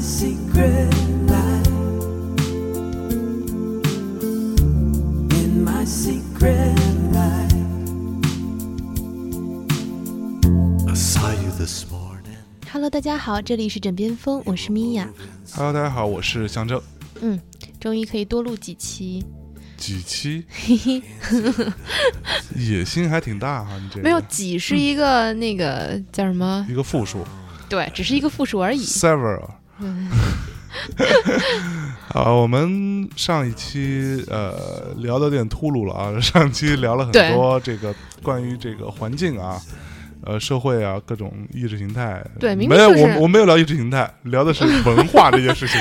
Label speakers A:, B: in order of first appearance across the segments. A: secret life. In my secret life. I saw you this morning.
B: Hello，大家好，这里是枕边风，我是米娅。
C: Hello，大家好，我是象征。
B: 嗯，终于可以多录几期，
C: 几期野心还挺大哈、你这 个
B: 没有几是一个那个叫什么？
C: 一个复数
B: 对，只是一个复数而已。
C: several。啊，我们上一期呃聊的有点秃噜了啊，上期聊了很
B: 对
C: 多这个关于这个环境啊。呃，社会啊，各种意识形态，
B: 对明明
C: 没有
B: 就是
C: 我我没有聊意识形态，聊的是文化这件事情。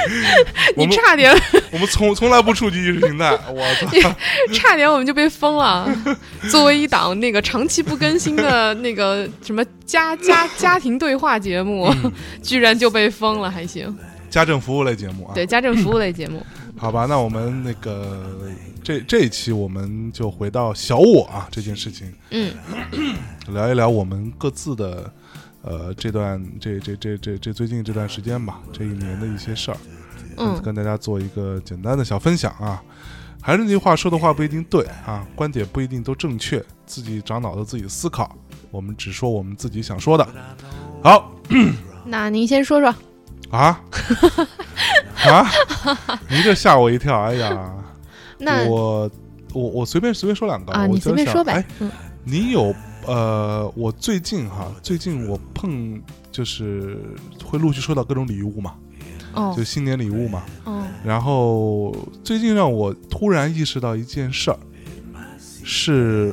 C: 我
B: 你
C: 们
B: 差点，
C: 我们从从来不触及意识形态，我操！
B: 差点我们就被封了。 作为一档那个长期不更新的那个什么家家家庭对话节目，
C: 嗯
B: 居然就被封了，还行。
C: 家政服务类节目啊，
B: 对，家政服务类节目，
C: 好吧，那我们那个这这一期我们就回到小我啊这件事情，
B: 嗯，
C: 聊一聊我们各自的呃这段这这这这这最近这段时间吧，这一年的一些事儿，
B: 嗯
C: 跟大家做一个简单的小分享啊。还是那句话，说的话不一定对啊，观点不一定都正确，自己长脑子自己思考，我们只说我们自己想说的。好
B: 那您先说说，
C: 啊 啊， 你这吓我一跳，哎呀！
B: 那
C: 我我我随便随便说两个
B: 啊，
C: 我
B: 你
C: 就
B: 随便
C: 想
B: 说呗
C: 哎，。
B: 嗯
C: 你有呃，我最近哈，最近我碰就是会陆续收到各种礼物嘛，
B: 哦
C: 就新年礼物嘛。
B: 哦，
C: 然后最近让我突然意识到一件事儿，是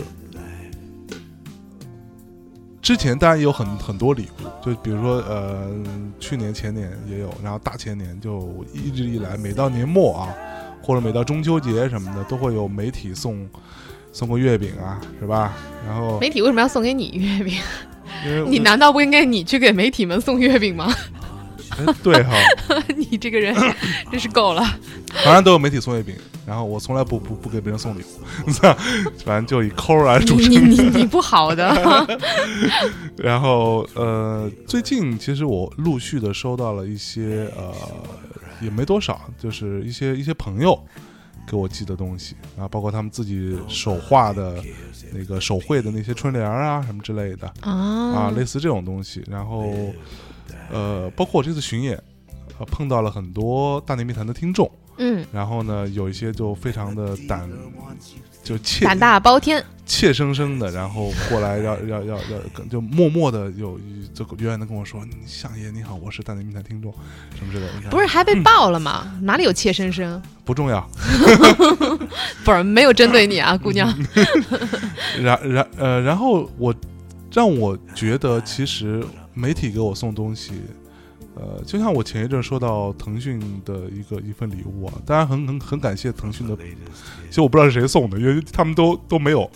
C: 之前当然也有很很多礼物，就比如说呃，去年前年也有，然后大前年就一直以来，每到年末啊，或者每到中秋节什么的，都会有媒体送送个月饼啊，是吧？然后
B: 媒体为什么要送给你月饼？
C: 因为
B: 你
C: 我
B: 难道不应该你去给媒体们送月饼吗？
C: 哎对哈、
B: 你这 个人真是够了。
C: 啊反正都有媒体送月饼，然后我从来不不不给别人送礼物， 反正就以抠儿来
B: 你
C: 著称。
B: 你你你不好 的，啊
C: 然后呃，最近其实我陆续的收到了一些呃，也没多少，就是一些一些朋友给我寄的东西啊，包括他们自己手画的那个手绘的那些春联儿啊什么之类的啊，
B: 啊
C: 类似这种东西。然后呃，包括我这次巡演。呃碰到了很多大内密谈的听众，
B: 嗯，
C: 然后呢，有一些就非常的胆，就怯
B: 胆大包天，
C: 怯生生的，然后过来要要要要跟，就默默的有就远远的跟我说：“你相爷你好，我是大内密探听众，什么之类的。你看”
B: 不是还被爆了吗？哪里有怯生生？
C: 不重要。
B: 不是没有针对你啊，姑娘。
C: 嗯然然呃，然后我让我觉得，其实媒体给我送东西，呃，就像我前一阵收到腾讯的一个一份礼物啊，当然很很很感谢腾讯的，其实我不知道是谁送的，因为他们都都没有，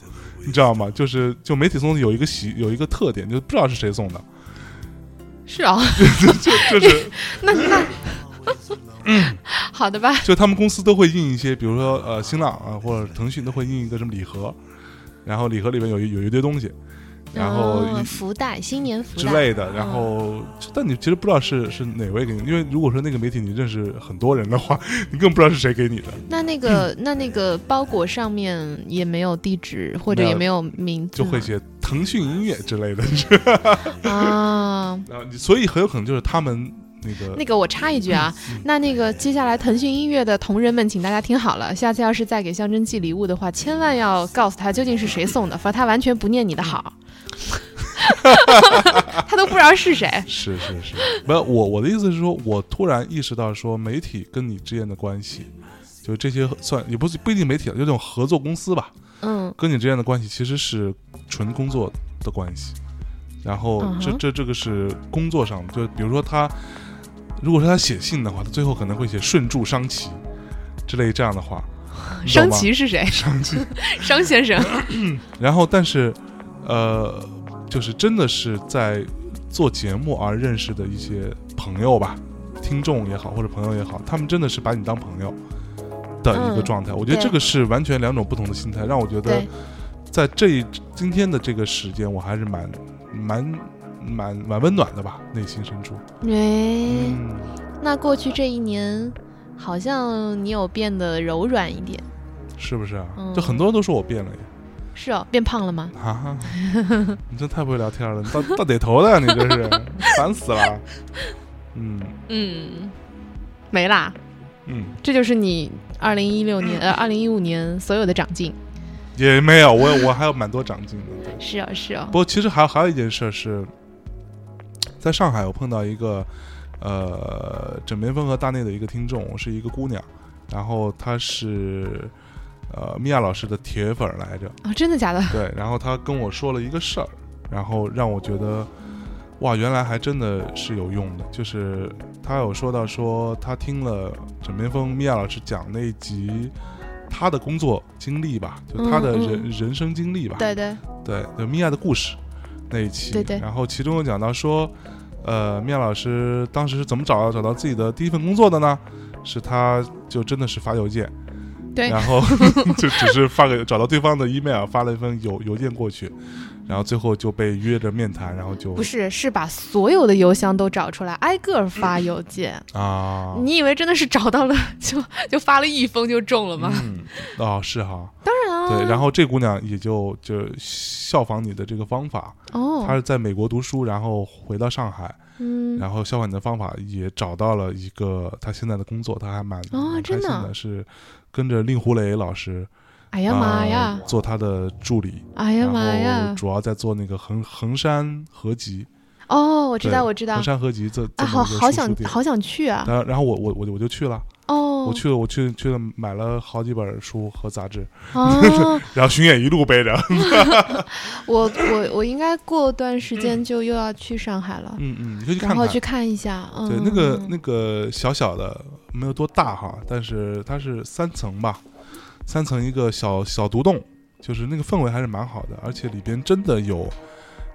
C: 你知道吗？就是就媒体送的有一个习有一个特点，就不知道是谁送的，
B: 是啊，
C: 就是。
B: 那 那，
C: 嗯
B: 好的吧，
C: 就他们公司都会印一些，比如说呃，新浪啊或者腾讯都会印一个什么礼盒，然后礼盒里面有一有一堆东西，然后
B: 嗯
C: 一
B: 福袋，新年福
C: 之类的，然后就但你其实不知道是是哪位给你，因为如果说那个媒体你认识很多人的话， 你更不知道是谁给你的，
B: 那那
C: 嗯
B: 个那那个包裹上面也没有地址，或者
C: 没有
B: 也没有名字
C: 就
B: 吗，
C: 会写腾讯音乐之类的，
B: 啊。
C: 然后你所以很有可能就是他们那个
B: 那个我插一句啊， 那那个接下来腾讯音乐的同仁们，请大家听好了，下次要是再给象征寄礼物的话，千万要告诉他究竟是谁送的，否则他完全不念你的好， 他都不知道是谁。
C: 是是是，没有我我的意思是说，我突然意识到说媒体跟你之间的关系，就这些算也不是不一定媒体了，就这种合作公司吧。
B: 嗯，
C: 跟你之间的关系其实是纯工作的关系，然后
B: 嗯哼
C: 这、这这个是工作上，就比如说他，如果说他写信的话，他最后可能会写顺祝商旗之类这样的话，你懂
B: 商
C: 吗
B: 琪是谁？商琪，商先生。
C: 然后但是，呃，就是真的是在做节目而认识的一些朋友吧，听众也好或者朋友也好，他们真的是把你当朋友的一个
B: 嗯
C: 状态，我觉得
B: 对
C: 这个是完全两种不同的心态，让我觉得。，在这一今天的这个时间，我还是蛮蛮蛮蛮温暖的吧，内心深处。
B: 哎，
C: 嗯，
B: 那过去这一年，好像你有变得柔软一点，
C: 是不是啊？
B: 嗯
C: 就很多人都说我变了耶
B: 是哦，变胖了吗？
C: 啊！你这太不会聊天了，你到到哪头的呀、你这是 烦死了。嗯
D: 嗯，没啦，
C: 嗯，
D: 这就是你
B: 二零一六年，呃，二零一五年所有的长进，
C: 也没有，我我还有蛮多长进的。
B: 是哦，是哦
C: 不，过其实还有还有一件事是，在上海我碰到一个呃枕边风和大内的一个听众，是一个姑娘，然后她是呃米娅老师的铁粉儿 来着，
D: 啊、真的假的？
C: 对，然后她跟我说了一个事儿，然后让我觉得哇，原来还真的是有用的，就是她有说到说她听了枕边风米娅老师讲那一集。她的工作经历吧，就她的
B: 嗯嗯
C: 人、人生经历吧，
B: 对对，
C: 对，就米娅的故事那一期，
B: 对对
C: 然后其中有讲到说，呃，米娅老师当时是怎么找到找到自己的第一份工作的呢？是她就真的是发邮件，
B: 对
C: 然后就只是发给找到对方的 email，发了一封邮邮件过去，然后最后就被约着面谈，然后就
B: 不是，是把所有的邮箱都找出来，挨个儿发邮件。
C: 啊，
B: 你以为真的是找到了就
D: 就发了一封就中了吗？
C: 嗯，哦，是哈，
B: 当然啊，
C: 嗯对，然后这姑娘也就就效仿你的这个方法，她
B: 哦，
C: 是在美国读书，然后回到上海。
B: 嗯，
C: 然后消管的方法也找到了一个他现在的工作，他还蛮
B: 哦
C: 蛮
B: 真的
C: 开心的是跟着令狐雷老师，
B: 哎呀妈
C: 呃
B: 呀，
C: 做他的助理，
B: 哎呀妈
C: 然后
B: 呀，
C: 主要在做那个衡衡山合集，
B: 哦，我知
C: 对
B: 道，我知道
C: 衡，山合集这这
B: 啊，
C: 么
B: 好
C: 一个
B: 好
C: 书
B: 想
C: 店
B: 好想去啊，
C: 然后然后我我我就我就去了，
B: 哦，
C: 我去了我去去了买了好几本书和杂志，
B: 啊，
C: 然后巡演一路 背着，
B: 我我我应该过段时间就又要去上海了，
C: 嗯嗯，你可以去
B: 然
C: 看
B: 后
C: 看。
B: 去看一下，嗯，
C: 对，那个
B: 嗯
C: 那个小小的，没有多大哈，但是它是三层吧，三层一个小小独栋，就是那个氛围还是蛮好的，而且里边真的有，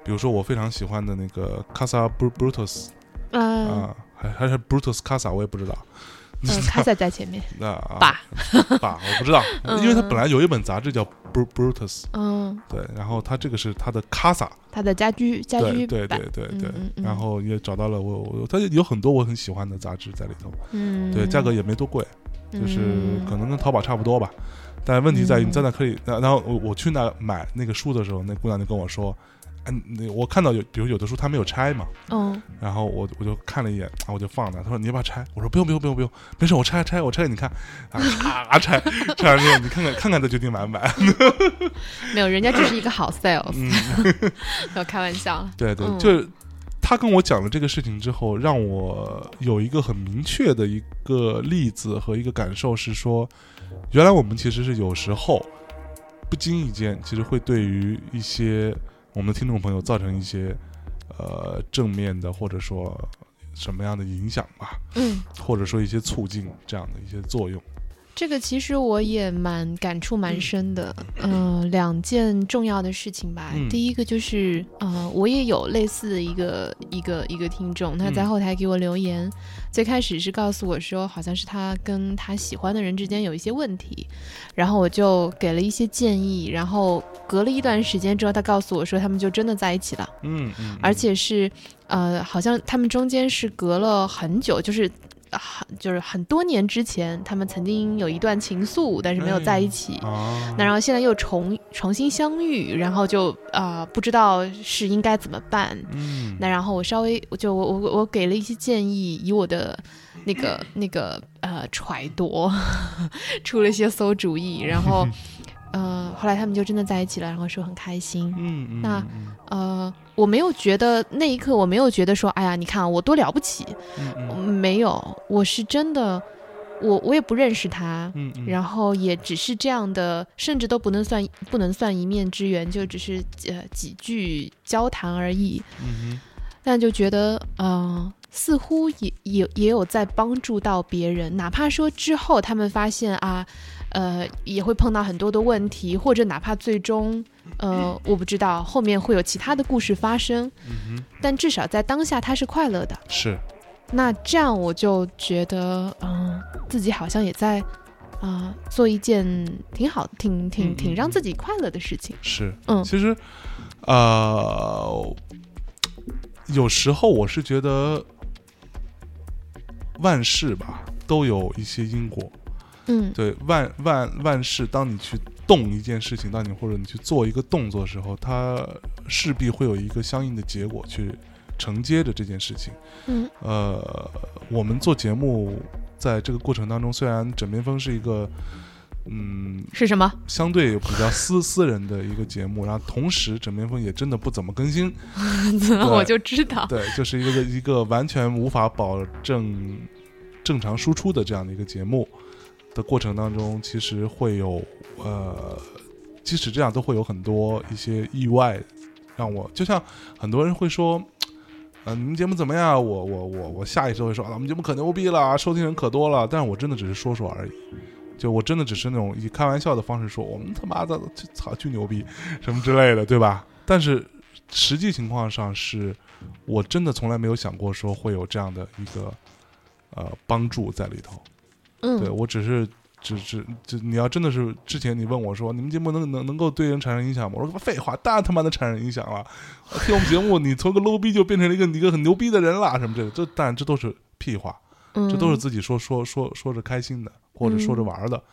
C: 比如说我非常喜欢的那个 Casa Bru- Brutus
B: 嗯
C: 啊，还还是 Brutus Casa，我也不知道，
B: 嗯，卡塞在前面，
C: 那 啊
D: 爸
C: 爸，我不知道，
B: 嗯
C: 因为他本来有一本杂志叫 Bru- Brutus，
B: 嗯，
C: 对，然后他这个是他的 Casa，
B: 他的家居家
C: 对
B: 居
C: 对
B: 版
C: 对，对
B: 嗯
C: 对
B: 嗯，嗯
C: 然后也找到了我我，他有很多我很喜欢的杂志在里头，
B: 嗯，
C: 对，价格也没多贵。就是
B: 嗯
C: 可能跟淘宝差不多吧。但问题在于
B: 嗯
C: 你在那可以，然然后我我去那买那个书的时候，那姑娘就跟我说，嗯，那我看到有，比如有的书她没有拆嘛，
B: 嗯，
C: 然后我我就看了一眼，啊，我就放那，她说你要不要拆？我说不用不用不用不用，没事，我拆拆我拆给你看，啊啊拆拆完之后你看看看看再决定买不买，
B: 没有，人家只是一个好 sales，
C: 嗯，
B: 没有开玩笑了，
C: 对对，
B: 嗯
C: 就是他跟我讲了这个事情之后，让我有一个很明确的一个例子和一个感受是说，原来我们其实是有时候不经意间，其实会对于一些我们的听众朋友造成一些呃正面的或者说什么样的影响吧，
B: 嗯。
C: 或者说一些促进这样的一些作用。
B: 这个其实我也蛮感触蛮深的，嗯、两件重要的事情吧。
C: 嗯
B: 第一个就是，呃，我也有类似的一个一个一个听众，他在
C: 嗯
B: 后台给我留言，最开始是告诉我说，好像是他跟他喜欢的人之间有一些问题，然后我就给了一些建议，然后隔了一段时间之后，他告诉我说他们就真的在一起了。
C: 嗯嗯，
B: 而且是呃，好像他们中间是隔了很久，就是很、就是很多年之前，他们曾经有一段情愫，但是没有在一起。
C: 啊，
B: 嗯那然后现在又重重新相遇，然后就啊、呃不知道是应该怎么办。
C: 嗯，
B: 那然后我稍微我就我我我给了一些建议，以我的那个那个呃揣度 出了一些馊主意，然后呃后来他们就真的在一起了，然后说很开心，
C: 嗯嗯，
B: 那
C: 嗯
B: 呃，我没有觉得那一刻，我没有觉得说，哎呀，你看我多了不起，
C: 嗯嗯
B: 没有，我是真的，我我也不认识他，
C: 嗯嗯，
B: 然后也只是这样的，甚至都不能算不能算一面之缘，就只是呃几句交谈而已，
C: 嗯
B: 但就觉得，呃，似乎也也也有在帮助到别人，哪怕说之后他们发现啊，呃，也会碰到很多的问题，或者哪怕最终，呃，我不知道后面会有其他的故事发生，
C: 哼嗯
B: 但至少在当下他是快乐的
C: 哼，。是，
B: 那这样我就觉得，嗯、自己好像也在。啊、做一件挺好、挺挺挺让自己快乐的事情。
C: 嗯是，
B: 嗯
C: 其实，呃，有时候我是觉得，万事吧，都有一些因果。
B: 嗯
C: 对，万万万事，当你去动一件事情，当你或者你去做一个动作的时候，它势必会有一个相应的结果去承接着这件事情。
B: 嗯
C: 呃，我们做节目在这个过程当中，虽然枕边风是一个嗯
B: 是什么？
C: 相对比较私私人的一个节目，然后同时枕边风也真的不怎么更新，
D: 我就知道，
C: 对，就是一个 一个完全无法保证正常输出的这样的一个节目的过程当中，其实会有呃，即使这样都会有很多一些意外，让我就像很多人会说。呃，你们节目怎么样？我我我我下意识会说，啊，我们节目可牛逼了，收听人可多了。但是我真的只是说说而已，就我真的只是那种以开玩笑的方式说，我们他妈的就操巨牛逼什么之类的，对吧？但是实际情况上是，我真的从来没有想过说会有这样的一个呃帮助在里头。对
B: 嗯
C: 我只是只只就你要真的是之前你问我说你们节目能能能够对人产生影响吗？我说废话，当然他妈能产生影响了。听我们节目，你从个 low 逼就变成了一个一个很牛逼的人啦，什么这个，这当然这都是屁话。
B: 嗯，
C: 这都是自己说说说说着开心的，或者说着玩儿
B: 嗯
C: 的，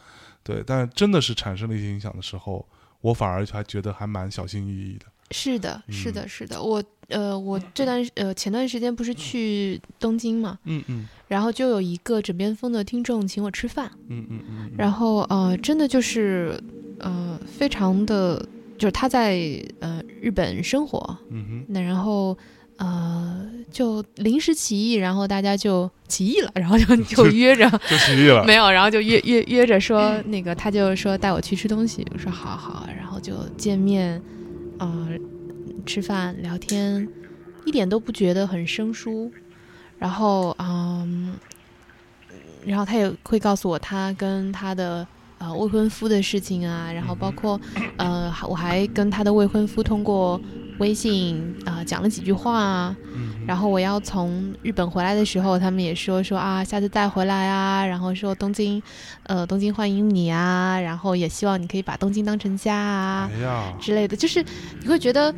C: 对。但真的是产生了一些影响的时候，我反而还觉得还蛮小心翼翼的。
B: 是的，是
C: 嗯
B: 的，是的。我呃，我这段呃前段时间不是去东京嘛，
C: 嗯嗯
B: 然后就有一个枕边风的听众请我吃饭，
C: 嗯嗯嗯。
B: 然后呃，真的就是呃，非常的，就是他在呃日本生活，
C: 嗯
B: 那然后呃就临时起意，然后大家就起义了，然后就 就约着
C: 哼，就起义了。
B: 没有，然后就约约约着说那个，他就说带我去吃东西，我说好好，然后就见面，啊、吃饭聊天，一点都不觉得很生疏，然后嗯，然后他也会告诉我他跟他的。呃，未婚夫的事情啊，然后包括，呃，还我还跟他的未婚夫通过微信啊、呃讲了几句话啊，
C: 嗯
B: 然后我要从日本回来的时候，他们也说说啊，下次带回来啊，然后说东京，呃，东京欢迎你啊，然后也希望你可以把东京当成家啊
C: 哎呀，
B: 之类的，就是你会觉得，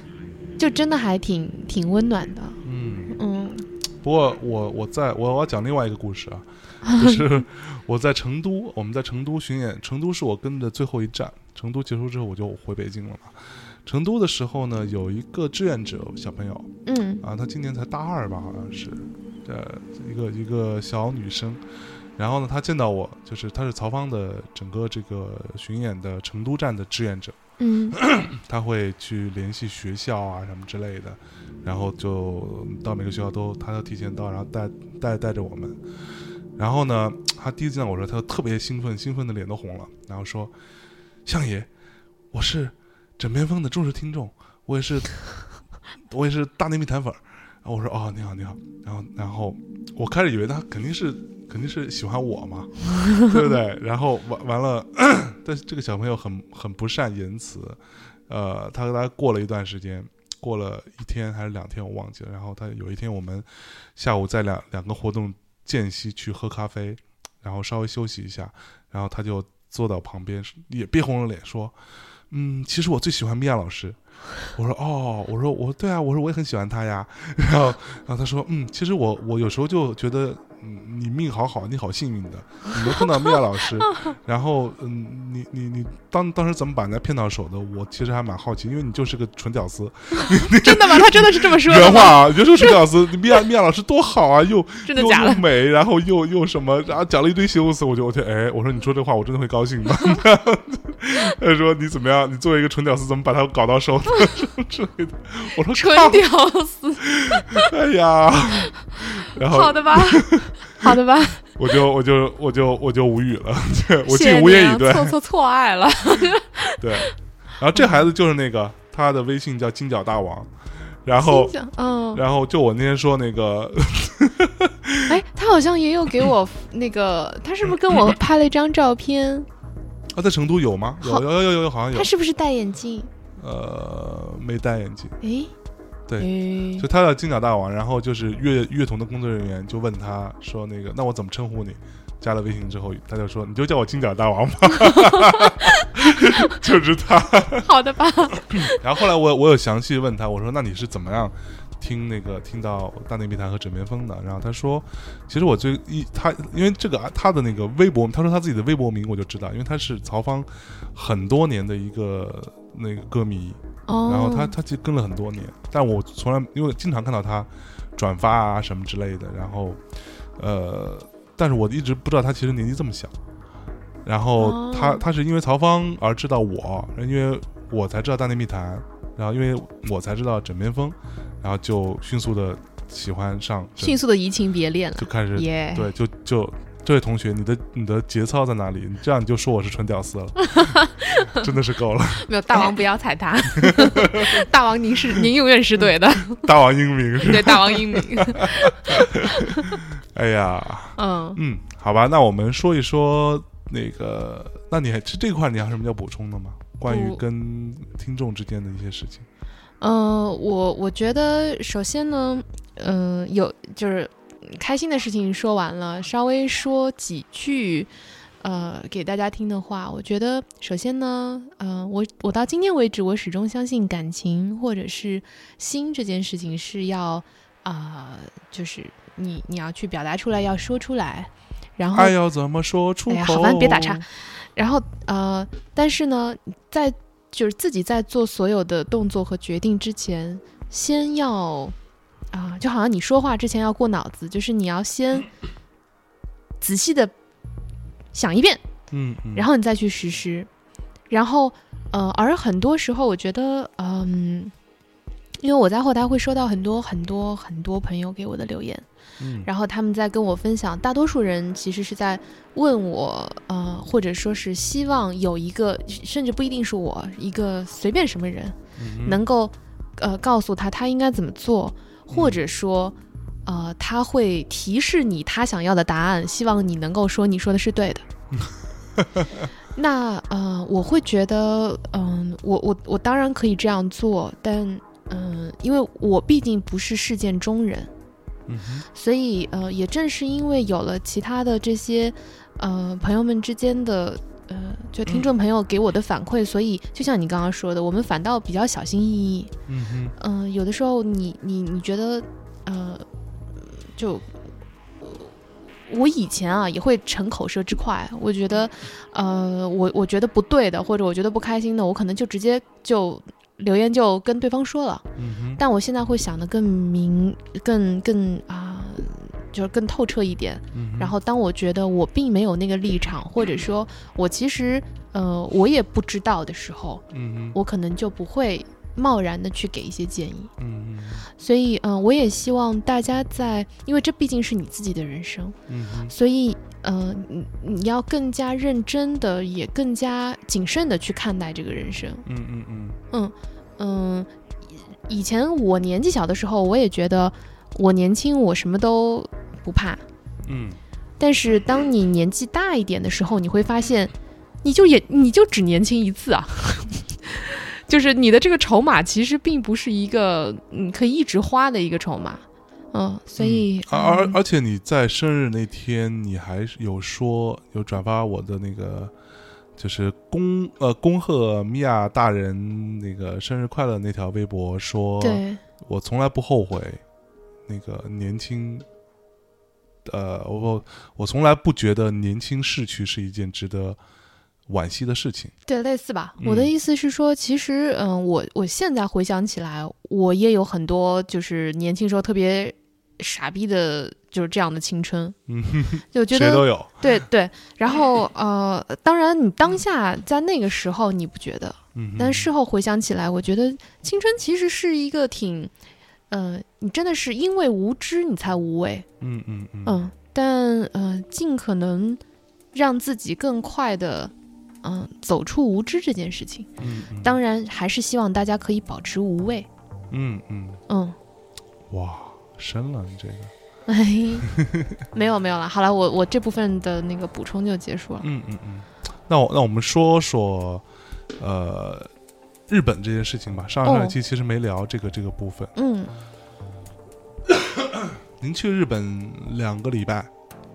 B: 就真的还挺挺温暖的，
C: 嗯。
B: 嗯
C: 不过我我在我我要讲另外一个故事啊，就是我在成都，我们在成都巡演，成都是我跟的最后一站。成都结束之后，我就回北京了嘛。成都的时候呢，有一个志愿者小朋友，
B: 嗯
C: 啊，她今年才大二吧，好像是，呃，一个一个小女生。然后呢，她见到我，就是她是曹芳的整个这个巡演的成都站的志愿者，
B: 嗯
C: 她会去联系学校啊什么之类的，然后就到每个学校都，她都提前到，然后带带带着我们。然后呢，她第一次见到我时候，她就特别兴奋，兴奋的脸都红了，然后说：“相爷，我是枕边风的忠实听众，我也是，我也是大内密谈粉儿。然后我说哦，你好，你好。然后，然后我开始以为他肯定是肯定是喜欢我嘛，对不对？然后完完了， 但是这个小朋友很很不善言辞，呃，他大概过了一段时间，过了一天还是两天，我忘记了。然后他有一天我们下午在两两个活动间隙去喝咖啡，然后稍微休息一下，然后他就坐到旁边，也憋红了脸说：“嗯，其实我最喜欢米娅老师。”我说：“哦，我说我对啊，我说我也很喜欢她呀。”然后，然后他说：“嗯，其实我我有时候就觉得，嗯，你命好好，你好幸运的，你能碰到米娅老师。然后，嗯，你你你当当时怎么把人家骗到手的？我其实还蛮好奇，因为你就是个蠢屌丝。”
D: 真的吗？他真的是这么说的
C: 原话
D: 吗？
C: 啊，你就说是屌丝， 米娅米娅老师多好啊，又
D: 真的
C: 又
D: 假
C: 又
D: 的？
C: 美，然后又又什么，然后讲了一堆形容词，我就我就哎，我说你说这话我真的会高兴吗？ 他说你怎么样？你作为一个蠢屌丝，怎么把他搞到手的 什么之类的？我说
D: 纯
C: 靠
D: 屌丝，
C: 哎呀， 然
D: 好
C: 后
D: 的 吧，好的吧，
C: 我就我就我就我就无语了， 我
D: 谢谢
C: 竟无言
D: 你啊
C: 以对。
D: 错错错爱了，
C: 对，然后这孩子就是那个他的微信叫金角大王，然后
B: 心想嗯，
C: 然后就我那天说那个
B: 哎，他好像也有给我那个，他是不是跟
C: 嗯
B: 我拍了一张照片？
C: 啊，在成都有吗？有
B: 好
C: 有有有有，好像有
B: 他。是不是戴眼镜？
C: 呃，没戴眼镜，
B: 哎，
C: 对
B: 哎
C: 就他叫金角大王。然后就是乐乐童的工作人员就问他说：“那个，那我怎么称呼你？”加了微信之后，他就说你就叫我金角大王 吧， 就是他。
D: 好的吧？
C: 然后后来我我有详细问他，我说那你是怎么样听那个听到大内密谈和枕边风的？然后他说，其实我最一他因为这个啊他的那个微博，他说他自己的微博名我就知道，因为他是曹芳很多年的一个那个歌迷，
D: 哦，
C: 然后他他其实跟了很多年，但我从来因为经常看到他转发啊什么之类的，然后呃，但是我一直不知道他其实年纪这么小。然后他、
D: 哦
C: 他是因为曹芳而知道我，因为我才知道大内密谈，然后因为我才知道枕边风，然后就迅速的喜欢上枕，
B: 迅速的移情别恋了，
C: 就开始
B: 耶！
C: 对，就就这位同学，你的你的节操在哪里？你这样你就说我是纯屌丝了， 真的是够了，
B: 没有大王不要踩 他，
D: 大王您是您永远是对 的，
C: 大王英明是，
D: 对大王英明。
C: 哎呀。
D: 嗯，
C: 嗯，好吧，那我们说一说那个，那你还这这块你还有什么要补充的吗？关于
B: 不
C: 跟听众之间的一些事情，
B: 呃，我我觉得首先呢，嗯、有就是开心的事情说完了，稍微说几句，呃，给大家听的话，我觉得首先呢，呃，我我到今天为止，我始终相信感情或者是心这件事情是要啊、就是你你要去表达出来，要说出来，然后
C: 爱要怎么说出口？
B: 哎呀好烦别打岔。然后呃，但是呢，在就是自己在做所有的动作和决定之前，先要啊、就好像你说话之前要过脑子，就是你要先仔细的想一遍，
C: 嗯，嗯
B: 然后你再去实施。然后，呃，而很多时候，我觉得，嗯，因为我在后台会收到很多很多很多朋友给我的留言，
C: 嗯
B: 然后他们在跟我分享，大多数人其实是在问我，呃，或者说是希望有一个，甚至不一定是我，一个随便什么人
C: 嗯
B: 能够，呃，告诉他他应该怎么做，或者说，呃，他会提示你他想要的答案，希望你能够说你说的是对的。那呃，我会觉得，嗯、我我我当然可以这样做，但嗯、因为我毕竟不是事件中人。
C: 嗯哼
B: 所以呃，也正是因为有了其他的这些呃朋友们之间的呃，就听众朋友给我的反馈，所以就像你刚刚说的，我们反倒比较小心翼翼。
C: 嗯哼
B: 嗯、有的时候你你你觉得呃，就。呃我以前啊也会逞口舌之快，我觉得，呃，我我觉得不对的，或者我觉得不开心的，我可能就直接就留言就跟对方说了。
C: 嗯哼，
B: 但我现在会想的更明、更更啊、就是更透彻一点。
C: 嗯哼
B: 然后，当我觉得我并没有那个立场，或者说我其实呃我也不知道的时候，
C: 嗯哼
B: 我可能就不会贸然的去给一些建议。
C: 嗯哼
B: 所以，嗯、我也希望大家在，因为这毕竟是你自己的人生，
C: 嗯哼
B: 所以。呃，你你要更加认真的，也更加谨慎的去看待这个人生。
C: 嗯嗯嗯
B: 嗯，以以前我年纪小的时候，我也觉得我年轻，我什么都不怕。
C: 嗯
B: 但是当你年纪大一点的时候，你会发现，你就也你就只年轻一次啊，
D: 就是你的这个筹码其实并不是一个嗯可以一直花的一个筹码。
B: 嗯，所以、
C: 而而
B: 嗯
C: 而且你在生日那天，你还是有说有转发我的那个，就是恭呃恭贺米娅大人那个生日快乐那条微博说，
B: 对，
C: 我从来不后悔那个年轻，呃，我我从来不觉得年轻逝去是一件值得惋惜的事情。
B: 对，类似吧。
C: 嗯
B: 我的意思是说，其实，嗯，我我现在回想起来，我也有很多就是年轻时候特别傻逼的，就是这样的青春。
C: 嗯，
B: 就觉
C: 谁
B: 得
C: 都有。
B: 对对，然后呃，当然你当下在那个时候你不觉得，
C: 嗯哼，
B: 但事后回想起来，我觉得青春其实是一个挺，呃，你真的是因为无知你才无畏，
C: 嗯嗯嗯
B: 嗯，但呃，尽可能让自己更快的，嗯、走出无知这件事情。
C: 嗯嗯，
B: 当然，还是希望大家可以保持无畏，
C: 嗯嗯，
B: 嗯。
C: 哇，深了你这个。
B: 没有没有了，好了，我我这部分的那个补充就结束了。
C: 嗯嗯嗯，那我那我们说说，呃，日本这件事情吧。上上一期其实没聊这个这个部分。
B: 嗯，
C: 您去日本两个礼拜，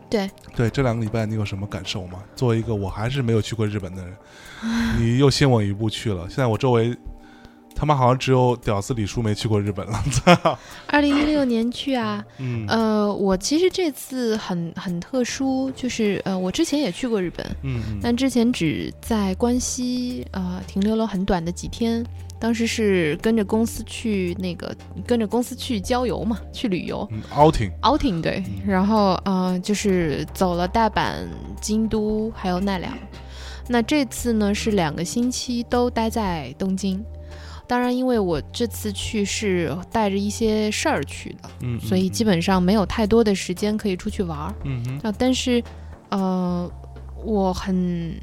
B: 对，
C: 对，这两个礼拜你有什么感受吗？作为一个我还是没有去过日本 的人，你又先我一步去了。现在我周围他妈好像只有屌丝李叔没去过日本了。 操！
B: 二零一六年去啊，
C: 嗯
B: 呃，我其实这次很很特殊，就是呃，我之前也去过日本，
C: 嗯嗯
B: 但之前只在关西呃停留了很短的几天。当时是跟着公司去那个，跟着公司去郊游嘛，去旅游。
C: 嗯，outing，
B: outing 对，
C: 嗯
B: 然后呃就是走了大阪、京都还有奈良。那这次呢是两个星期都待在东京，当然因为我这次去是带着一些事儿去的，
C: 嗯，
B: 所以基本上没有太多的时间可以出去玩儿。
C: 嗯嗯
B: 啊，但是，呃，我很，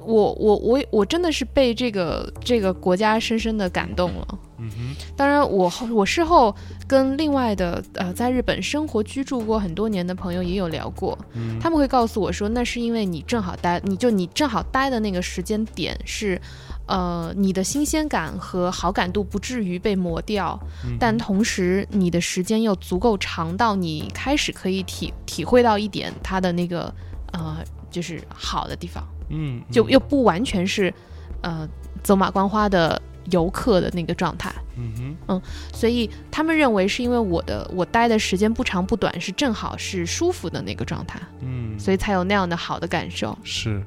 B: 我我我我真的是被这个这个国家深深的感动了。
C: 嗯哼
B: 当然我，后我事后跟另外的呃在日本生活居住过很多年的朋友也有聊过，
C: 嗯，
B: 他们会告诉我说，那是因为你正好待，你就你正好待的那个时间点是。呃，你的新鲜感和好感度不至于被磨掉，
C: 嗯
B: 但同时你的时间又足够长到你开始可以体体会到一点它的那个呃，就是好的地方，
C: 嗯嗯
B: 就又不完全是呃走马观花的游客的那个状态。
C: 嗯哼
B: 所以他们认为是因为我的我待的时间不长不短，是正好是舒服的那个状态，
C: 嗯，
B: 所以才有那样的好的感受。
C: 是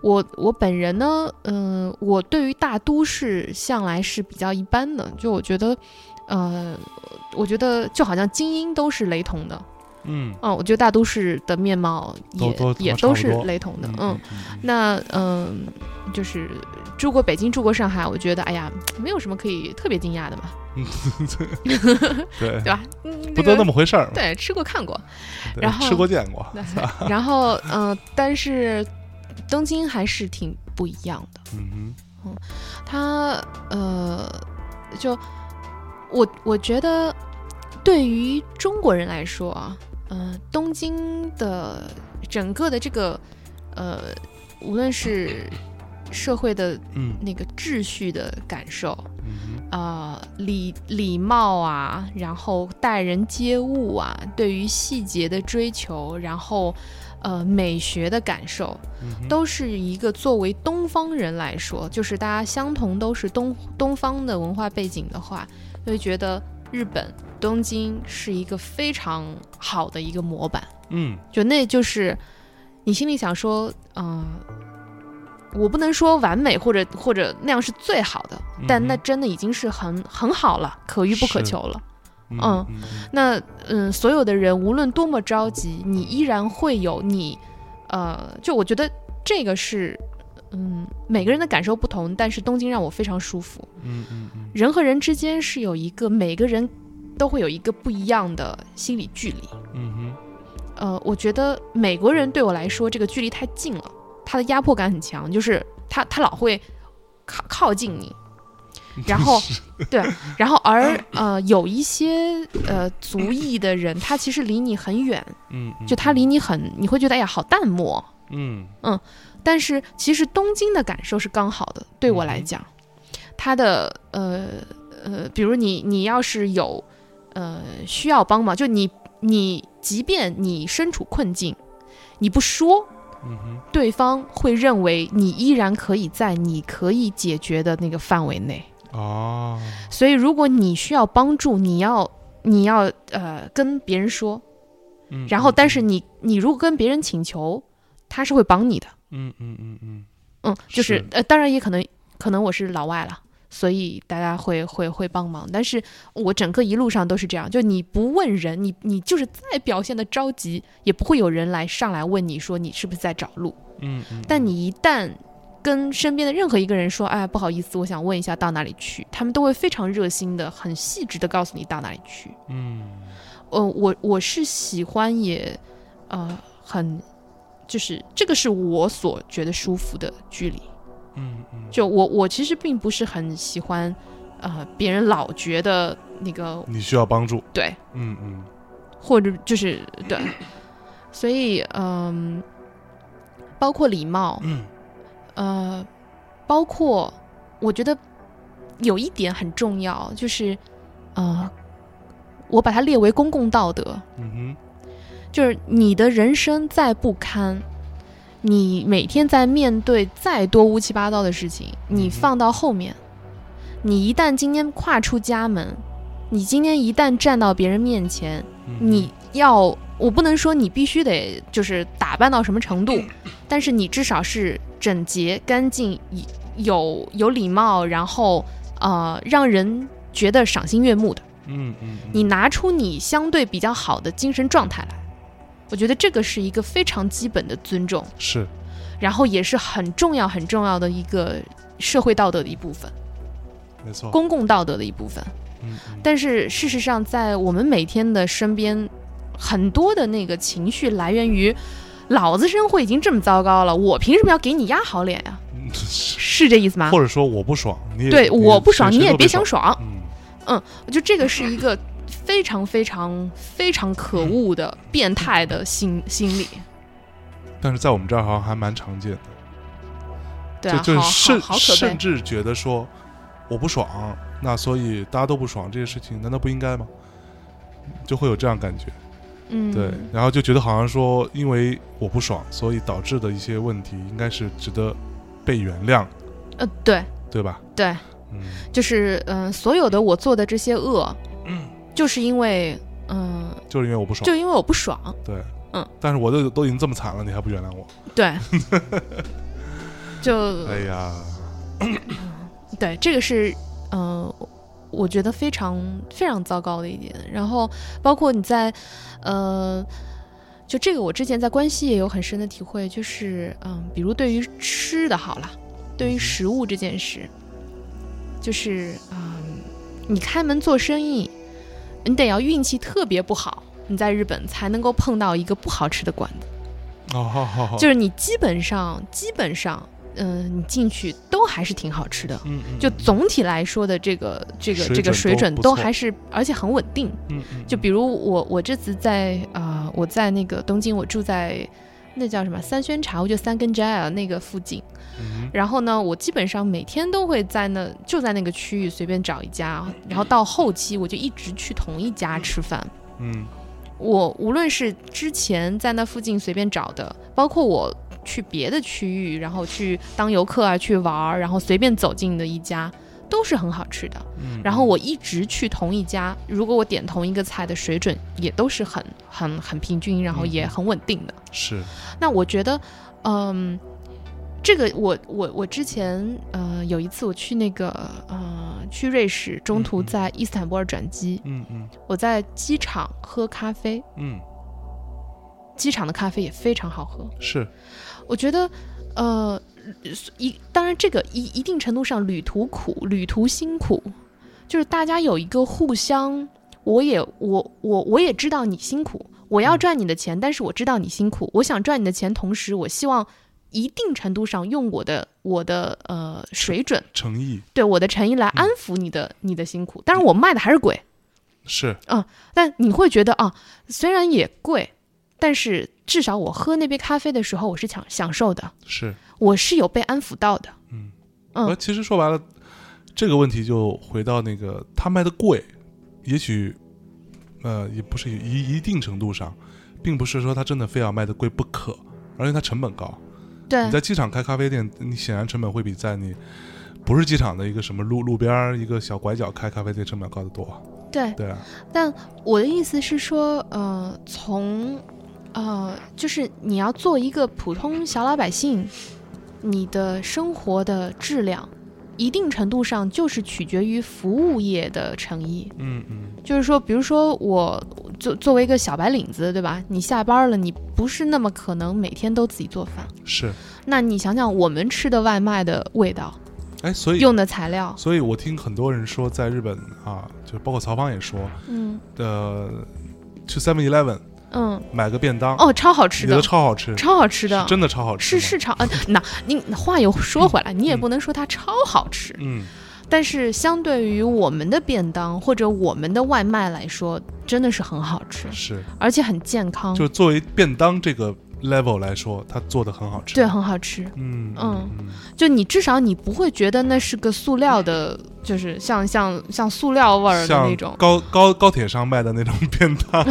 B: 我我本人呢，嗯、我对于大都市向来是比较一般的，就我觉得，呃，我觉得就好像精英都是雷同的，
C: 嗯
B: 嗯、我觉得大都市的面貌也
C: 都都
B: 也
C: 差不
B: 都是
C: 多
B: 雷 同的，嗯。
C: 嗯
B: 那嗯、就是住过北京，住过上海，我觉得哎呀，没有什么可以特别惊讶的嘛，
C: 对
B: 对，吧？嗯，这
C: 不都
B: 个
C: 那么回事儿嘛，
B: 对，吃过看过，
C: 对
B: 然后
C: 吃过见过，
B: 然后嗯、呃但是东京还是挺不一样的。
C: 嗯
B: 它呃，就我我觉得对于中国人来说啊，嗯，东京的整个的这个呃，无论是社会的
C: 哼嗯
B: 那个秩序的感受，
C: 嗯哼
B: 呃礼礼貌啊，然后待人接物啊，对于细节的追求，然后呃美学的感受，
C: 嗯哼
B: 都是一个作为东方人来说，就是大家相同都是东东方的文化背景的话，就会觉得日本东京是一个非常好的一个模板。
C: 嗯
B: 就那就是你心里想说，嗯、我不能说完美或者或者那样是最好的，但那
C: 嗯
B: 真的已经是很很好了，可遇不可
C: 是
B: 求了。
C: 嗯
B: 嗯
C: 嗯嗯
B: 那嗯，所有的人无论多么着急，你依然会有你，呃，就我觉得这个是，嗯，每个人的感受不同，但是东京让我非常舒服。
C: 嗯嗯嗯
B: 人和人之间是有一个每个人都会有一个不一样的心理距离。
C: 嗯
B: 呃，我觉得美国人对我来说这个距离太近了，他的压迫感很强，就是他他老会靠靠近你，
C: 哼，
B: 然后 对，然后而呃有一些呃族裔的人，他其实离你很远，
C: 嗯，嗯
B: 就他离你很，你会觉得哎呀好淡漠。
C: 嗯
B: 但是其实东京的感受是刚好的，对我来
C: 嗯哼
B: 讲，他的呃呃，比如你你要是有呃需要帮忙，就你你即便你身处困境，你不说，
C: 嗯哼
B: 对方会认为你依然可以在你可以解决的那个范围内。
C: 哦，
B: 所以，如果你需要帮助，你要你要呃跟别人说，
C: 嗯
B: 然后
C: 嗯
B: 但是你你如果跟别人请求，他是会帮你的，
C: 嗯嗯嗯嗯
B: 嗯，就是
C: 是
B: 呃，当然也可能可能我是老外了，所以大家会会会帮忙，但是我整个一路上都是这样，就你不问人，你你就是再表现的着急，也不会有人来上来问你说你是不是在找路，
C: 嗯嗯，
B: 但你一旦跟身边的任何一个人说，哎，不好意思，我想问一下到哪里去，他们都会非常热心的、很细致的告诉你到哪里去。
C: 嗯
B: 呃，我我是喜欢也，呃，很，就是这个是我所觉得舒服的距离。
C: 嗯嗯，
B: 就我我其实并不是很喜欢，呃，别人老觉得那个
C: 你需要帮助，
B: 对，
C: 嗯嗯
B: 或者就是对，所以嗯、包括礼貌，
C: 嗯
B: 呃，包括我觉得有一点很重要，
C: 嗯
B: 就是呃，我把它列为公共道德。
C: 嗯哼，
B: 就是你的人生再不堪，你每天在面对再多乌七八糟的事情，你
C: 嗯哼
B: 放到后面，你一旦今天跨出家门，你今天一旦站到别人面前，
C: 嗯
B: 你要，我不能说你必须得就是打扮到什么程
C: 嗯
B: 度，但是你至少是整洁、干净、以有有礼貌，然后呃，让人觉得赏心悦目的。
C: 嗯嗯，嗯
B: 你拿出你相对比较好的精神状态来，我觉得这个是一个非常基本的尊重，
C: 是
B: 然后也是很重要、很重要的一个社会道德的一部分，
C: 没错，
B: 公共道德的一部分。
C: 嗯嗯
B: 但是事实上，在我们每天的身边，很多的那个情绪来源于，老子生活已经这么糟糕了，我凭什么要给你压好脸 呀、
C: 嗯是
B: 是这意思吗
C: 或？者说我不爽，你也
B: 对，
C: 你
B: 我不爽，
C: 谁
B: 你也
C: 都
B: 别想
C: 爽，
B: 爽。
C: 嗯
B: 我觉得这个是一个非常非常非常可
C: 嗯
B: 恶的变态的心心理。
C: 但是在我们这儿好像还蛮常见的，
B: 对啊，好
C: 就就
B: 好
C: 甚
B: 好可悲
C: 甚。至觉得说我不爽，那所以大家都不爽，这些事情难道不应该吗？就会有这样感觉，
B: 嗯，
C: 对，然后就觉得好像说因为我不爽，所以导致的一些问题应该是值得被原谅，
B: 呃，对
C: 对吧？
B: 对，
C: 嗯
B: 就是嗯、呃所有的我做的这些恶，就是因为嗯、呃
C: 就是因为我嗯不爽，
B: 就因为我不爽。
C: 对，
B: 嗯，
C: 但是我都都已经这么惨了，你还不原谅我？
B: 对， 就
C: 哎呀，
B: 对，这个是嗯、呃我觉得非常非常糟糕的一点。然后包括你在呃，就这个我之前在关系也有很深的体会，就是嗯、比如对于吃的好了，对于食物这件事，就是嗯、你开门做生意，你得要运气特别不好。你在日本才能够碰到一个不好吃的馆子。
C: 哦，好好好，
B: 就是你基本上基本上，嗯、你进去都还是挺好吃的。
C: 嗯嗯
B: 就
C: 嗯
B: 总体来说的这个这个这
C: 水
B: 个
C: 准
B: 水
C: 都
B: 准
C: 不
B: 都
C: 错
B: 还是，而且很稳定。
C: 嗯嗯
B: 就比如我我这次在啊、呃我在那个东京，我住在那叫什么三轩茶屋，就三根斋啊那个附近。
C: 嗯
B: 然后呢，我基本上每天都会在那就在那个区域随便找一家，然后到后期我就一直去同一家吃饭。
C: 嗯
B: 我无论是之前在那附近随便找的，包括我去别的区域，然后去当游客啊，去玩儿，然后随便走进的一家，都是很好吃的。
C: 嗯，
B: 然后我一直去同一家，如果我点同一个菜的水准也都是很很很平均，然后也
C: 嗯
B: 很稳定的。
C: 是
B: 那我觉得，嗯，这个我我我之前呃有一次我去那个呃去瑞士，中途
C: 嗯嗯
B: 在伊斯坦布尔转机，
C: 嗯嗯
B: 我在机场喝咖啡。
C: 嗯
B: 机场的咖啡也非常好喝。
C: 是
B: 我觉得，呃，一当然这个一一定程度上旅途苦，旅途辛苦，就是大家有一个互相，我也我我我也知道你辛苦，我要赚你的钱，但是我知道你辛苦，我想赚你的钱，同时我希望。一定程度上用我的我的呃水准，
C: 诚意
B: 对我的诚意来安抚你的、你的辛苦。当然，我卖的还是贵，
C: 是
B: 但你会觉得啊，虽然也贵，但是至少我喝那杯咖啡的时候，我是享享受的，
C: 是，
B: 我是有被安抚到的。
C: 嗯
B: 嗯
C: 呃，其实说白了，这个问题就回到那个他卖的贵，也许呃也不是一一定程度上，并不是说他真的非要卖的贵不可，而且它成本高。
B: 对
C: 你在机场开咖啡店，你显然成本会比在你不是机场的一个什么路路边儿一个小拐角开咖啡店成本要高得多啊。
B: 对，
C: 对啊，
B: 但我的意思是说，呃，从呃，就是你要做一个普通小老百姓，你的生活的质量。一定程度上就是取决于服务业的诚意，
C: 嗯嗯
B: 就是说，比如说我作作为一个小白领子，对吧？你下班了，你不是那么可能每天都自己做饭，
C: 是，
B: 那你想想，我们吃的外卖的味道，
C: 哎，所以
B: 用的材料，
C: 所以我听很多人说，在日本啊，就包括曹芳也说，
B: 嗯
C: 呃，去 Seven Eleven
B: 嗯，
C: 买个便当，
B: 哦，超好吃
C: 你觉
B: 的
C: 得，超好吃，
B: 超好吃的
C: 是，真的超好吃，
B: 是是，超，呃，那你话又说回来，你也不能说它超好吃，
C: 嗯，
B: 但是相对于我们的便当或者我们的外卖来说，真的是很好吃，
C: 是，
B: 而且很健康，
C: 就作为便当这个 level 来说，它做的很好吃，
B: 对，，很好吃。
C: 嗯
B: 嗯
C: 嗯
B: 就你至少你不会觉得那是个塑料的，就是像像像塑料味儿的
C: 像
B: 那种，
C: 高高高铁上卖的那种便当，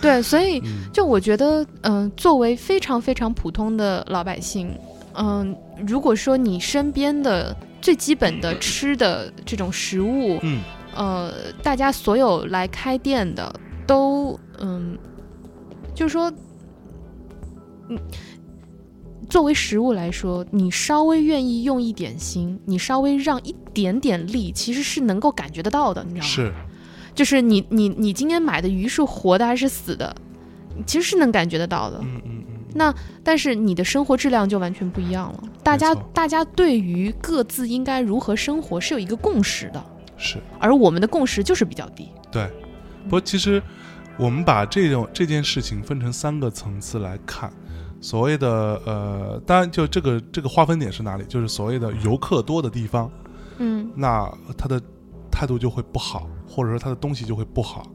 B: 对，所 以
C: 嗯
B: 就我觉得，嗯、作为非常非常普通的老百姓，嗯、如果说你身边的最基本的吃的这种食物，
C: 嗯
B: 呃，大家所有来开店的都，嗯，就是说，嗯，作为食物来说，你稍微愿意用一点心，你稍微让一点点力，其实是能够感觉得到的，你知道吗？
C: 是
B: 就是你你你今天买的鱼是活的还是死的，其实是能感觉得到的。
C: 嗯嗯嗯，
B: 那但是你的生活质量就完全不一样了。大家
C: 没错
B: 大家对于各自应该如何生活是有一个共识的，
C: 是
B: 而我们的共识就是比较低。
C: 对。不过其实我们把这种这件事情分成三个层次来看，所谓的呃，当然就这个这个划分点是哪里，就是所谓的游客多的地方，
B: 嗯
C: 那他的态度就会不好，或者说他的东西就会不好。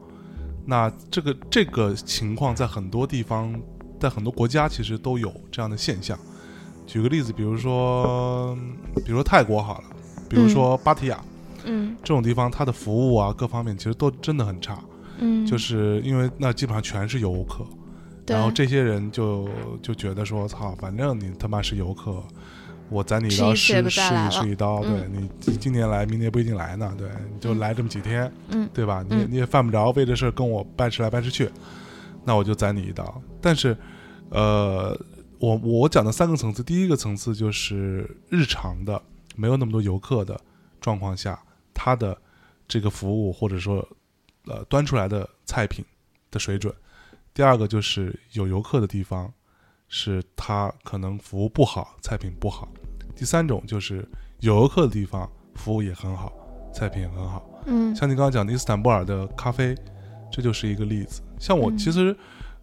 C: 那这个这个情况在很多地方，在很多国家其实都有这样的现象。举个例子，比如说，比如说泰国好了，比如说芭提雅、
B: 嗯
C: 这种地方，它的服务啊各方面其实都真的很差，
B: 嗯
C: 就是因为那基本上全是游客，
B: 对
C: 然后这些人就就觉得说，操，反正你他妈是游客，我宰你一
B: 吃一
C: 刀
B: 次也
C: 是
B: 不
C: 是
B: 再来
C: 一是一刀，对你今年来，明年不一定来呢，对，你就
B: 嗯
C: 来这么几天，
B: 嗯
C: 对吧？你也
B: 嗯
C: 你也犯不着为这事儿跟我掰扯来掰扯去，那我就宰你一刀。但是，呃，我我讲的三个层次，第一个层次就是日常的，没有那么多游客的状况下，它的这个服务或者说呃端出来的菜品的水准。第二个就是有游客的地方，是它可能服务不好，菜品不好。第三种就是有游客的地方，服务也很好，菜品也很好。
B: 嗯
C: 像你刚刚讲的伊斯坦布尔的咖啡，这就是一个例子。像我
B: 嗯
C: 其实，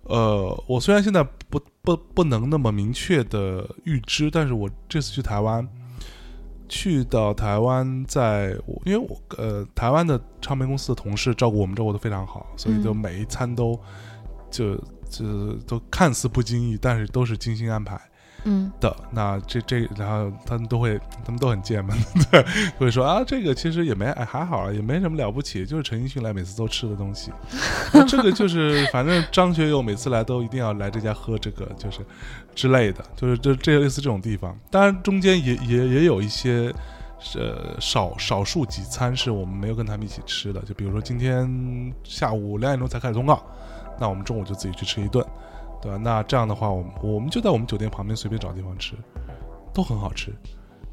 C: 呃，我虽然现在不不不能那么明确的预知，但是我这次去台湾，去到台湾在，我因为我呃台湾的唱片公司的同事照顾我们照顾的非常好，所以就
B: 嗯
C: 每一餐都就就都看似不经意，但是都是精心安排。
B: 嗯
C: 的。那这这，然后他们都会，他们都很贱嘛，对，会说啊，这个其实也没哎还好啊，也没什么了不起，就是陈奕迅来每次都吃的东西。那这个就是，反正张学友每次来都一定要来这家喝这个，就是之类的，就是这这类似这种地方。当然中间也也也有一些。呃，少少数几餐是我们没有跟他们一起吃的，就比如说今天下午两点钟才开始通告，那我们中午就自己去吃一顿，对吧？那这样的话，我们我们就在我们酒店旁边随便找地方吃，都很好吃，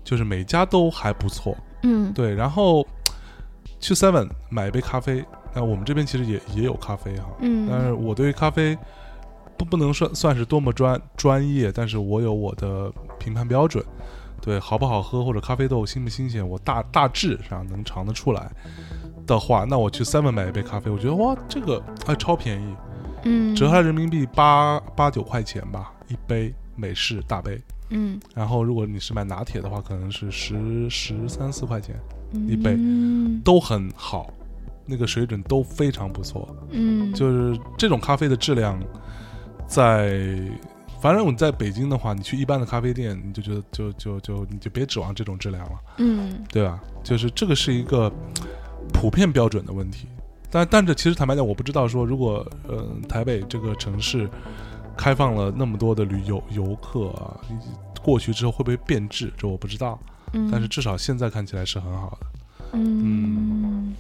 C: 就是每家都还不错。
B: 嗯
C: 对，然后去 Seven 买一杯咖啡，那我们这边其实也也有咖啡哈，但
B: 嗯
C: 是我对于咖啡不不能算算是多么专专业，但是我有我的评判标准，对好不好喝或者咖啡豆新不新鲜，我大大致上能尝得出来的话，那我去 Seven 买一杯咖啡，我觉得哇，这个哎超便宜，
B: 嗯
C: 折合人民币八八九块钱吧，一杯美式大杯。
B: 嗯
C: 然后如果你是买拿铁的话，可能是十十三四块钱，一杯
B: 嗯
C: 都很好，那个水准都非常不错。
B: 嗯
C: 就是这种咖啡的质量，在反正我在北京的话，你去一般的咖啡店，你就觉得就就就你就别指望这种质量了，
B: 嗯
C: 对吧？就是这个是一个普遍标准的问题。但但这其实坦白讲，我不知道说如果呃台北这个城市开放了那么多的旅游游客啊，以及过去之后会不会变质，这我不知道。
B: 嗯，
C: 但是至少现在看起来是很好的。
B: 嗯，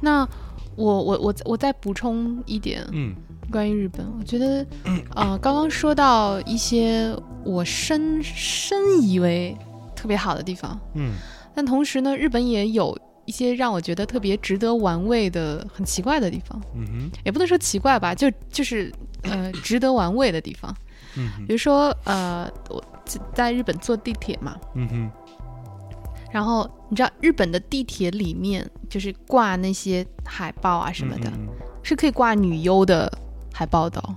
B: 那我我我我再补充一点，
C: 嗯
B: 关于日本，我觉得，呃，刚刚说到一些我深深以为特别好的地方，
C: 嗯
B: 但同时呢，日本也有一些让我觉得特别值得玩味的很奇怪的地方，
C: 嗯哼
B: 也不能说奇怪吧，就就是呃值得玩味的地方。
C: 嗯哼
B: 比如说，呃，我在日本坐地铁嘛，
C: 嗯哼
B: 然后你知道日本的地铁里面就是挂那些海报啊什么的，
C: 嗯嗯
B: 是可以挂女优的海报的哦、
C: 嗯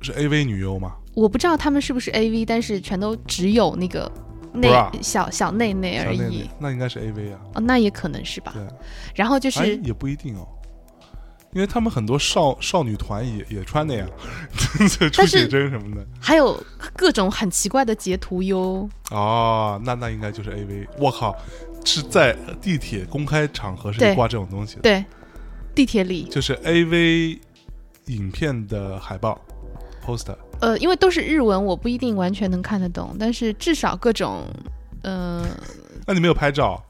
C: 是 AV 女优嘛？
B: 我不知道他们是不是 AV，但是全都只有那个内
C: Bra
B: 小小内内
C: 小
B: 而已
C: 内内那应该是 AV 啊，
B: 哦，那也可能是吧。
C: 对，
B: 然后就
C: 哎
B: 是、
C: 也不一定哦，因为他们很多少少女团也也穿 那样，出
B: 但
C: 写
B: 是
C: 真什么的。
B: 还有各种很奇怪的截图哟。
C: 哦，那那应该就是 AV。我靠，是在地铁公开场合是
B: 对
C: 挂这种东西的，
B: 对，地铁里
C: 就是 AV 影片的海报 poster，
B: 呃，因为都是日文，我不一定完全能看得懂，但是至少各种，呃，
C: 那你没有拍照？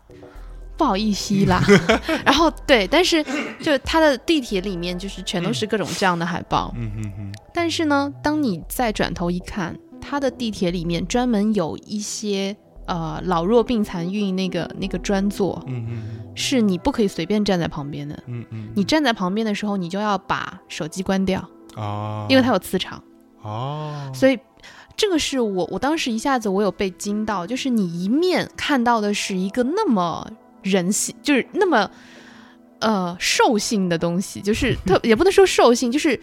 B: 不好意思啦。 然后对，但是就它的地铁里面就是全都是各种这样的海报，
C: 嗯哼哼，
B: 但是呢，当你再转头一看，它的地铁里面专门有一些呃老弱病残孕那个那个专座，
C: 嗯哼，
B: 是你不可以随便站在旁边的。
C: 嗯嗯，
B: 你站在旁边的时候，你就要把手机关掉，
C: 啊，
B: 因为它有磁场。
C: 哦，
B: 所以这个是我我当时一下子我有被惊到，就是你一面看到的是一个那么人性，就是那么呃兽性的东西， 就是特也不能说兽性，就是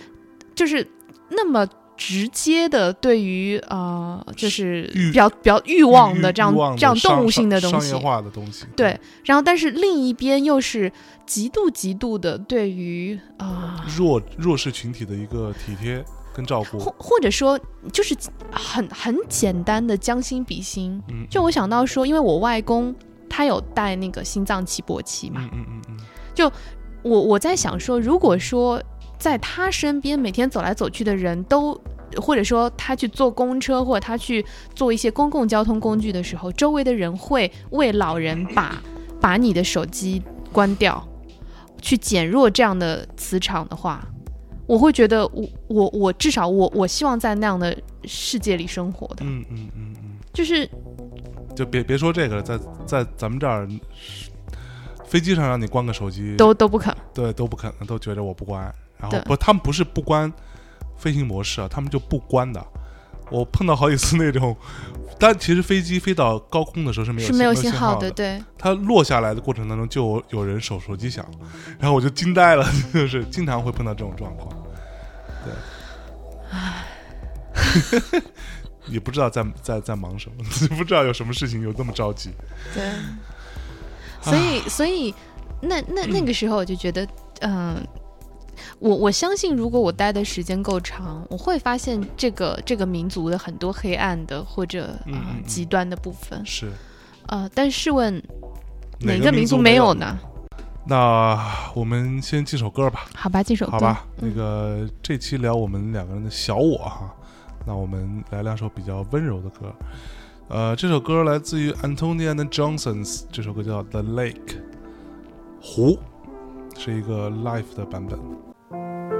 B: 就是那么。直接的对于呃，就是
C: 欲
B: 比较比较欲
C: 欲
B: 望的这样
C: 欲望
B: 这样
C: 商
B: 动物性的
C: 商
B: 东西，
C: 商业化的东西，
B: 对，然后但是另一边又是极度极度的对于啊、
C: 弱弱势群体的一个体贴跟照顾
B: 或，或者说就是很很简单的将心比心。
C: 嗯，
B: 就我想到说，因为我外公他有带那个心脏起搏器嘛，
C: 嗯嗯嗯嗯，
B: 我我在想说，如果说在他身边每天走来走去的人都。或者说他去坐公车，或者他去坐一些公共交通工具的时候，周围的人会为老人把把你的手机关掉，去减弱这样的磁场的话，我会觉得我我我至少我我希望在那样的世界里生活的，
C: 嗯嗯嗯嗯，
B: 就是
C: 就别别说这个了，在在咱们这儿。飞机上让你关个手机，
B: 都都不肯。
C: 对都不肯，都觉着我不关。然后
B: 对
C: 不，他们不是不关飞行模式啊，他们就不关的。我碰到好几次那种，但其实飞机飞到高空的时候是没有
B: 是没有
C: 信
B: 信
C: 号
B: 的，对，
C: 它落下来的过程当中就有有人手手机响，然后我就惊呆了， 就是经常会碰到这种状况。对，也不知道在在在忙什么， 不知道有什么事情有那么着急。
B: 对，所以所以那那那个时候我就觉得，嗯、我我相信如果我待的时间够长，我会发现这个这个民族的很多黑暗的或者
C: 嗯
B: 啊、呃
C: 嗯嗯
B: 极端的部分，
C: 是
B: 呃，但试问哪
C: 个
B: 个
C: 民
B: 民
C: 族
B: 族
C: 没
B: 没
C: 有
B: 有？呢？
C: 那我们先进首歌吧。
B: 好吧，这首歌
C: 好吧，那个这期聊我们两个人的小我哈，那我们来两首比较温柔的歌。呃，这首歌来自于 Antonia and Johnson's，这首歌叫《The Lake》，湖，是一个 live 的版本。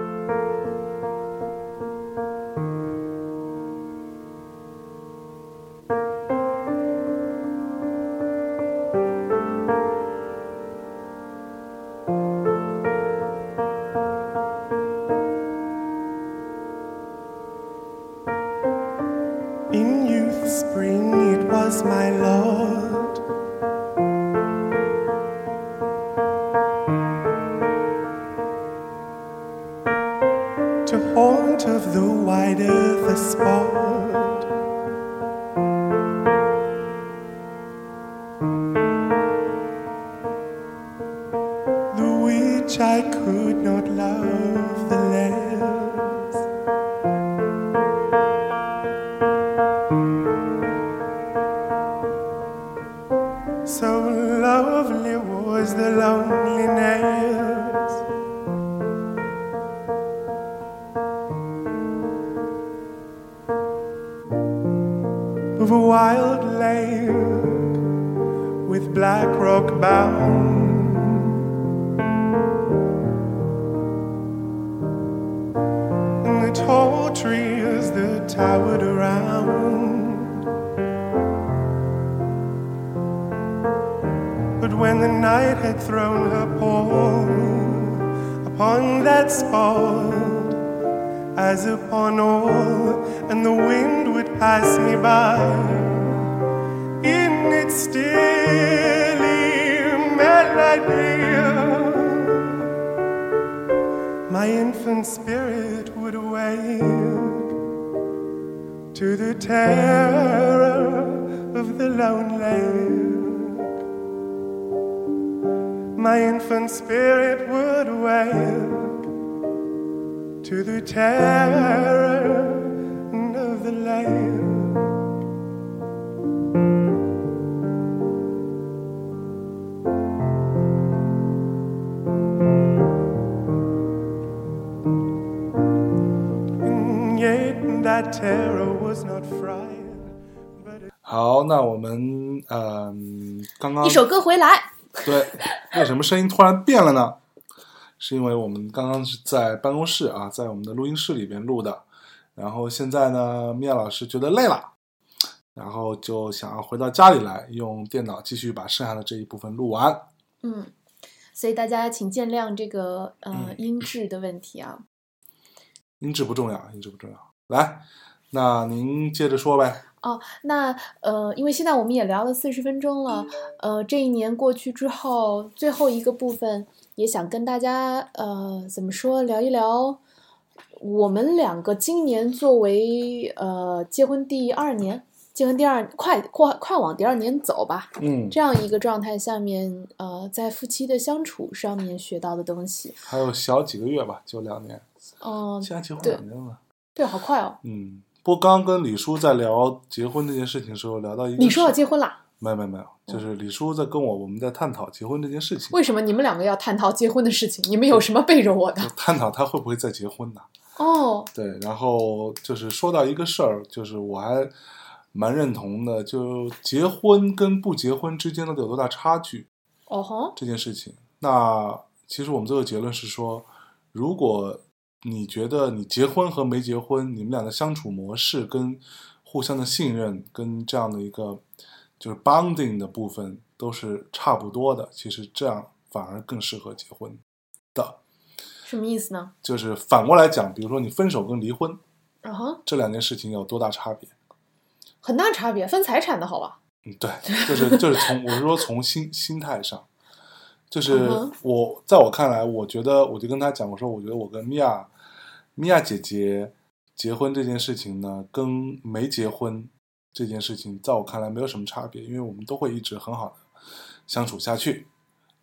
E: In youth spring, it was my lord. To haunt of the wide earth a spot. The which I could not love the less. So lovely was the loneliness. Of a wild lake with black rock bound, and the tall trees that towered around. But when the night had thrown her pall upon that spot, as upon all, and the wind would pass me by, in its stilly melody, my infant spirit would awake to the terror of the lonely my infant spirit would wake to the terror of the lake.
A: that terror was not fright, but
C: 好，那我们嗯、刚刚
F: 一首歌回来，
C: 对，为什么声音突然变了呢？是因为我们刚刚是在办公室啊，在我们的录音室里边录的，然后现在呢，米娅老师觉得累了，然后就想要回到家里来，用电脑继续把剩下的这一部分录完。
F: 嗯，所以大家请见谅这个呃音质的问题啊。
C: 音质不重要，音质不重要。来，那您接着说呗。
F: 那呃，因为现在我们也聊了四十分钟了，呃，这一年过去之后，最后一个部分也想跟大家呃怎么说聊一聊，我们两个今年作为呃结婚第二年，结婚第二快快快往第二年走吧，
C: 嗯，
F: 这样一个状态下面，呃，在夫妻的相处上面学到的东西，
C: 还有小几个月吧，就两年，
F: 嗯、
C: 现在结婚
F: 对
C: 两年了。
F: 对，好快哦，
C: 嗯，不过刚刚跟李叔在聊结婚这件事情的时候，聊到一个
F: 你说要
C: 事
F: 结婚啦？
C: 没有没有没有，就是李叔在跟我我们在探讨结婚这件事情，
F: 为什么你们两个要探讨结婚的事情？你们有什么背着我的
C: 就？探讨他会不会再结婚呢？
F: 哦，
C: 对，然后就是说到一个事儿，就是我还蛮认同的，就结婚跟不结婚之间到底有多大差距
F: 哦吼，
C: 这件事情。那其实我们最后结论是说，如果你觉得你结婚和没结婚，你们俩的相处模式跟互相的信任跟这样的一个就是 bonding 的部分都是差不多的，其实这样反而更适合结婚的。
F: 什么意思呢？
C: 就是反过来讲，比如说你分手跟离婚
F: 啊哈。
C: 这两件事情有多大差别？
F: 很大差别，分财产的好吧？
C: 嗯，对，就是就是从我是说从心心态上，就是
F: 嗯哼
C: 我在我看来，我觉得我就跟他讲，我说我觉得我跟米娅米娅姐姐结婚这件事情呢，跟没结婚这件事情，在我看来没有什么差别，因为我们都会一直很好的相处下去，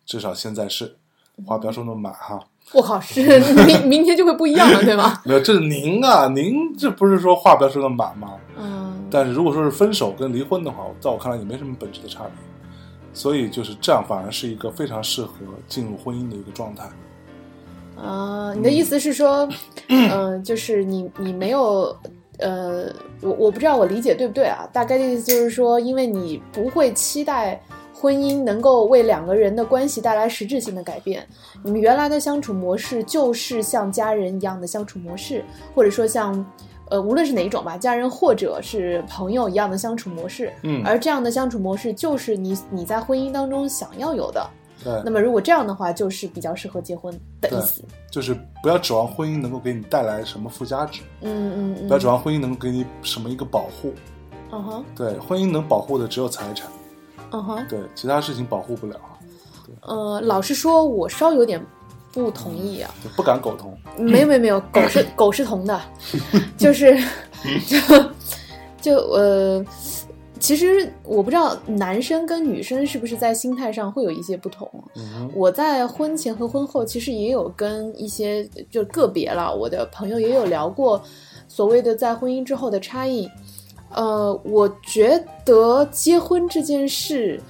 C: 至少现在是。话不要说那么满哈，
F: 我靠， 是明明天就会不一样了，对吗？
C: 没有，这是您啊，您这不是说话不要说那么满吗？
F: 嗯，
C: 但是如果说是分手跟离婚的话，在我看来也没什么本质的差别，所以就是这样，反而是一个非常适合进入婚姻的一个状态。
F: 啊、你的意思是说，嗯、就是你你没有，呃，我我不知道我理解对不对啊？大概的意思就是说，因为你不会期待婚姻能够为两个人的关系带来实质性的改变，你们原来的相处模式就是像家人一样的相处模式，或者说像。呃，无论是哪一种吧，家人或者是朋友一样的相处模式，
C: 嗯
F: 而这样的相处模式就是你你在婚姻当中想要有的。那
C: 对，
F: 么如果这样的话，就是比较适合结婚的意思。
C: 就是不要指望婚姻能够给你带来什么附加值，
F: 嗯嗯嗯。
C: 不要指望婚姻能够给你什么一个保护。
F: 嗯哼，
C: 对，婚姻能保护的只有财产，
F: 嗯哼，
C: 对，其他事情保护不了，啊
F: 呃，老实说，我稍有点不同意啊。
C: 就不敢苟同。
F: 没有没 有没有，狗是狗是同的，就是 就就呃，其实我不知道男生跟女生是不是在心态上会有一些不同。啊
C: 嗯哼，
F: 我在婚前和婚后其实也有跟一些就个别了，我的朋友也有聊过所谓的在婚姻之后的差异。呃，我觉得结婚这件事，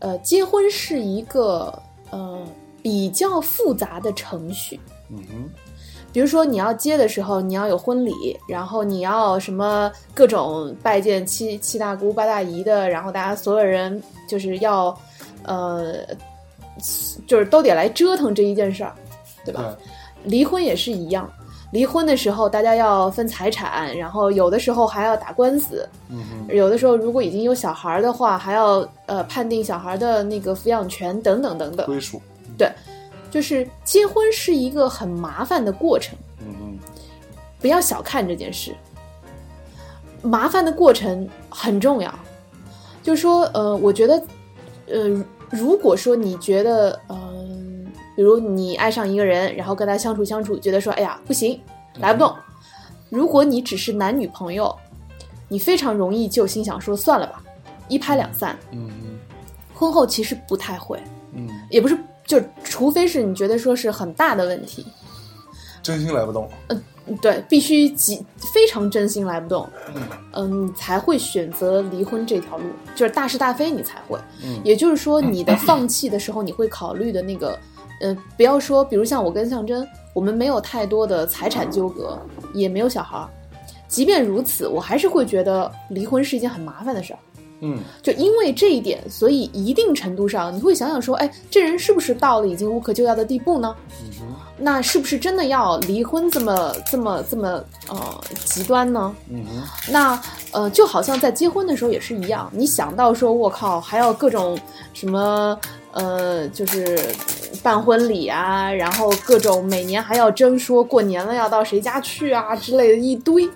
F: 呃，结婚是一个呃比较复杂的程序。
C: 嗯哼，
F: 比如说你要接的时候，你要有婚礼，然后你要什么各种拜见七七大姑八大姨的，然后大家所有人就是要，呃，就是都得来折腾这一件事儿，对吧？
C: 对，
F: 离婚也是一样，离婚的时候大家要分财产，然后有的时候还要打官司，
C: 嗯哼，
F: 有的时候如果已经有小孩儿的话，还要呃判定小孩儿的那个抚养权等等等等，
C: 归属。
F: 就是结婚是一个很麻烦的过程。
C: 嗯哼，
F: 不要小看这件事，麻烦的过程很重要。就说，呃，我觉得，呃，如果说你觉得，嗯、比如你爱上一个人，然后跟他相处相处，觉得说，哎呀，不行，
C: 嗯
F: 来不动。如果你只是男女朋友，你非常容易就心想说，算了吧，一拍两散。
C: 嗯哼，
F: 婚后其实不太会，
C: 嗯，
F: 也不是，就除非是你觉得说是很大的问题，
C: 真心来不动。
F: 对，必须极非常真心来不动，嗯，你才会选择离婚这条路，就是大是大非你才会。
C: 嗯
F: 也就是说，你的放弃的时候，你会考虑的那个，呃，不要说，比如像我跟象征，我们没有太多的财产纠葛，也没有小孩儿，即便如此，我还是会觉得离婚是一件很麻烦的事儿。
C: 嗯，
F: 就因为这一点，所以一定程度上，你会想想说，哎，这人是不是到了已经无可救药的地步呢？那是不是真的要离婚这么这么这么呃极端呢？
C: 嗯哼，
F: 那呃，就好像在结婚的时候也是一样，你想到说，我靠，还要各种什么呃，就是办婚礼啊，然后各种每年还要争说过年了要到谁家去啊之类的一堆，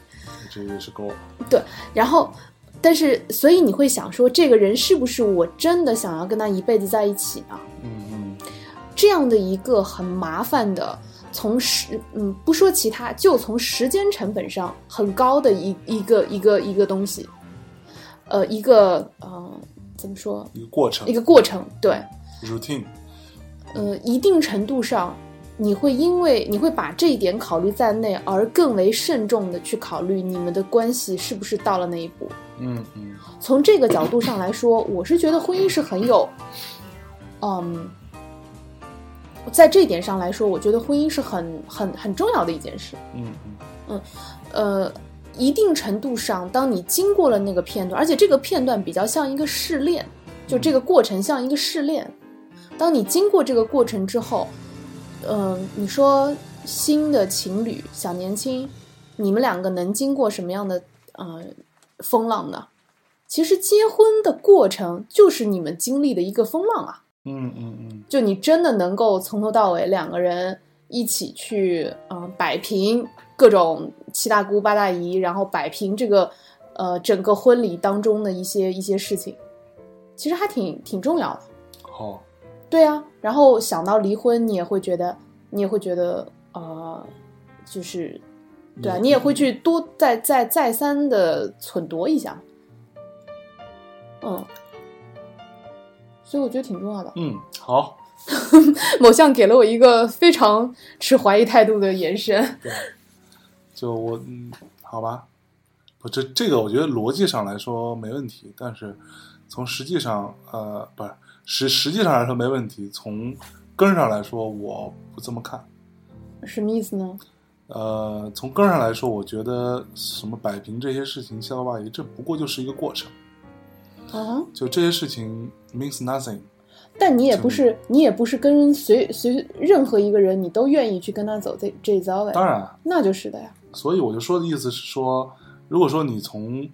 C: 这也是够了。
F: 然后，但是，所以你会想说，这个人是不是我真的想要跟他一辈子在一起啊呢？
C: 嗯
F: 这样的一个很麻烦的，从时嗯不说其他，就从时间成本上很高的一一个一个一个东西，呃，一个嗯、呃怎么说
C: 嗯，一个过程
F: 一个过程？对，
C: ，routine，
F: 呃，一定程度上，你会因为你会把这一点考虑在内，而更为慎重的去考虑你们的关系是不是到了那一步。
C: 嗯嗯
F: 从这个角度上来说，我是觉得婚姻是很有，嗯，在这一点上来说，我觉得婚姻是很很很重要的一件事。
C: 嗯嗯
F: 呃，一定程度上，当你经过了那个片段，而且这个片段比较像一个试炼，就这个过程像一个试炼。当你经过这个过程之后，嗯、你说新的情侣小年轻，你们两个能经过什么样的呃风浪呢？其实结婚的过程就是你们经历的一个风浪啊。
C: 嗯嗯嗯
F: 就你真的能够从头到尾两个人一起去，嗯、摆平各种七大姑八大姨，然后摆平这个，呃，整个婚礼当中的一些一些事情，其实还挺挺重要的。
C: 好，
F: 对啊，然后想到离婚，你也会觉得，你也会觉得，呃，就是，对啊，你也会去多再再再三的忖度一下，嗯，所以我觉得挺重要的。
C: 嗯好，
F: 某项给了我一个非常持怀疑态度的眼神。
C: 就我嗯好吧，不这这个我觉得逻辑上来说没问题，但是从实际上呃不是实实际上来说没问题，从根儿上来说我不这么看。
F: 什么意思呢？
C: 呃，从根儿上来说，我觉得什么摆平这些事情，夏老八爷，这不过就是一个过程。
F: 啊？
C: 就这些事情 means nothing，
F: 但你也不是，你也不是跟随随任何一个人，你都愿意去跟他走这这一遭
C: 当
F: 哎，
C: 然，啊
F: 那就是的呀。
C: 所以我就说的意思是说，如果说你从，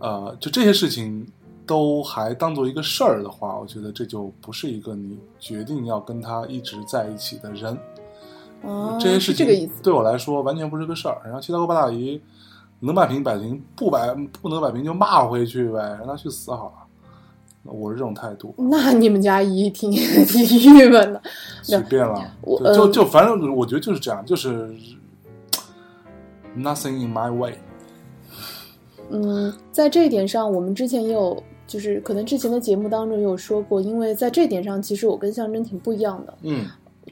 C: 呃，就这些事情都还当做一个事儿的话，我觉得这就不是一个你决定要跟他一直在一起的人。
F: 啊，
C: 嗯这些事
F: 是这
C: 情
F: 个意思。
C: 对我来说完全不是个事儿。然后七大姑八大姨能摆平摆平，不摆不能摆平就骂回去呗，让他去死好了。我是这种态度，
F: 那你们家姨 挺挺郁闷的。
C: 随便了，
F: 我
C: 对就
F: 嗯
C: 就反正我觉得就是这样，就是 nothing in my way。
F: 嗯，在这一点上，我们之前也有，就是可能之前的节目当中也有说过，因为在这点上，其实我跟象征挺不一样的。
C: 嗯，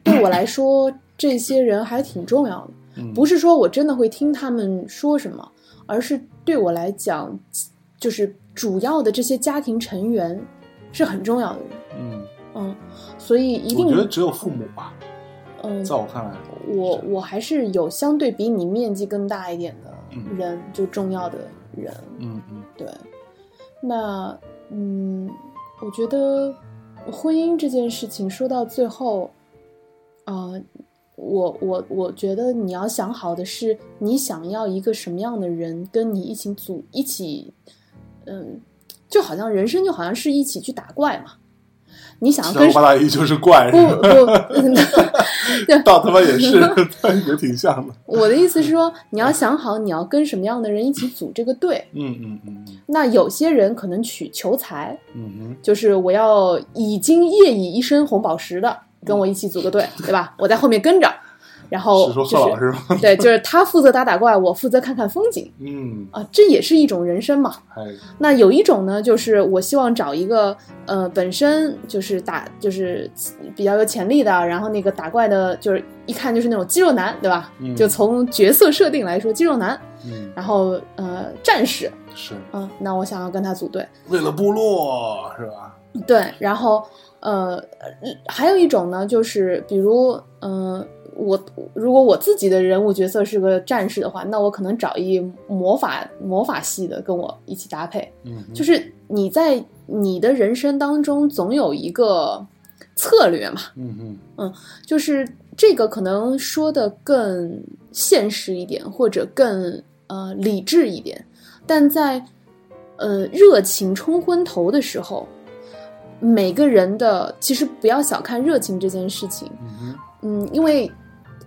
F: 对我来说，这些人还挺重要的。
C: 嗯
F: 不是说我真的会听他们说什么，而是对我来讲，就是主要的这些家庭成员是很重要的人，
C: 嗯，
F: 嗯，所以一定
C: 我觉，得只有父母吧，
F: 嗯，
C: 在我看来，
F: 我我还是有相对比你面积更大一点的
C: 嗯
F: 人，就重要的人，
C: 嗯嗯
F: 对，那嗯，我觉得婚姻这件事情说到最后，啊、我我我觉得你要想好的是，你想要一个什么样的人跟你一起组一起，嗯，就好像人生就好像是一起去打怪嘛，你想要
C: 七大
F: 啊跟
C: 姑八大姨就是怪
F: 不
C: 人，
F: 不，
C: 到他妈也是， 也挺像的。
F: 我的意思是说，你要想好你要跟什么样的人一起组这个队。
C: 嗯嗯嗯
F: 那有些人可能取求财，
C: 嗯嗯
F: 就是我要已经夜已一身红宝石的，跟我一起组个队，对吧？我在后面跟着，然
C: 哼，
F: 后
C: 嗯是说
F: 哦就
C: 贺老
F: 是
C: 师吗？
F: 对，就是他负责打打怪，我负责看看风景
C: 嗯，哎
F: 啊，这也是一种人生嘛。
C: 还
F: 那有一种呢，就是我希望找一个呃本身就是打就是比较有潜力的，然后那个打怪的，就是一看就是那种肌肉男，对吧？
C: 嗯
F: 就从角色设定来说，肌肉男，
C: 嗯
F: 然后呃战士
C: 是
F: 啊、那我想要跟他组队。
C: 为了部落是吧？
F: 对，然后呃，还有一种呢，就是比如嗯、呃我如果我自己的人物角色是个战士的话，那我可能找一魔法魔法系的跟我一起搭配。
C: 嗯哼，
F: 就是你在你的人生当中总有一个策略嘛，
C: 嗯哼，
F: 就是这个可能说的更现实一点，或者更呃理智一点，但在呃热情冲昏头的时候，每个人的其实不要小看热情这件事情，
C: 嗯哼，
F: 嗯，因为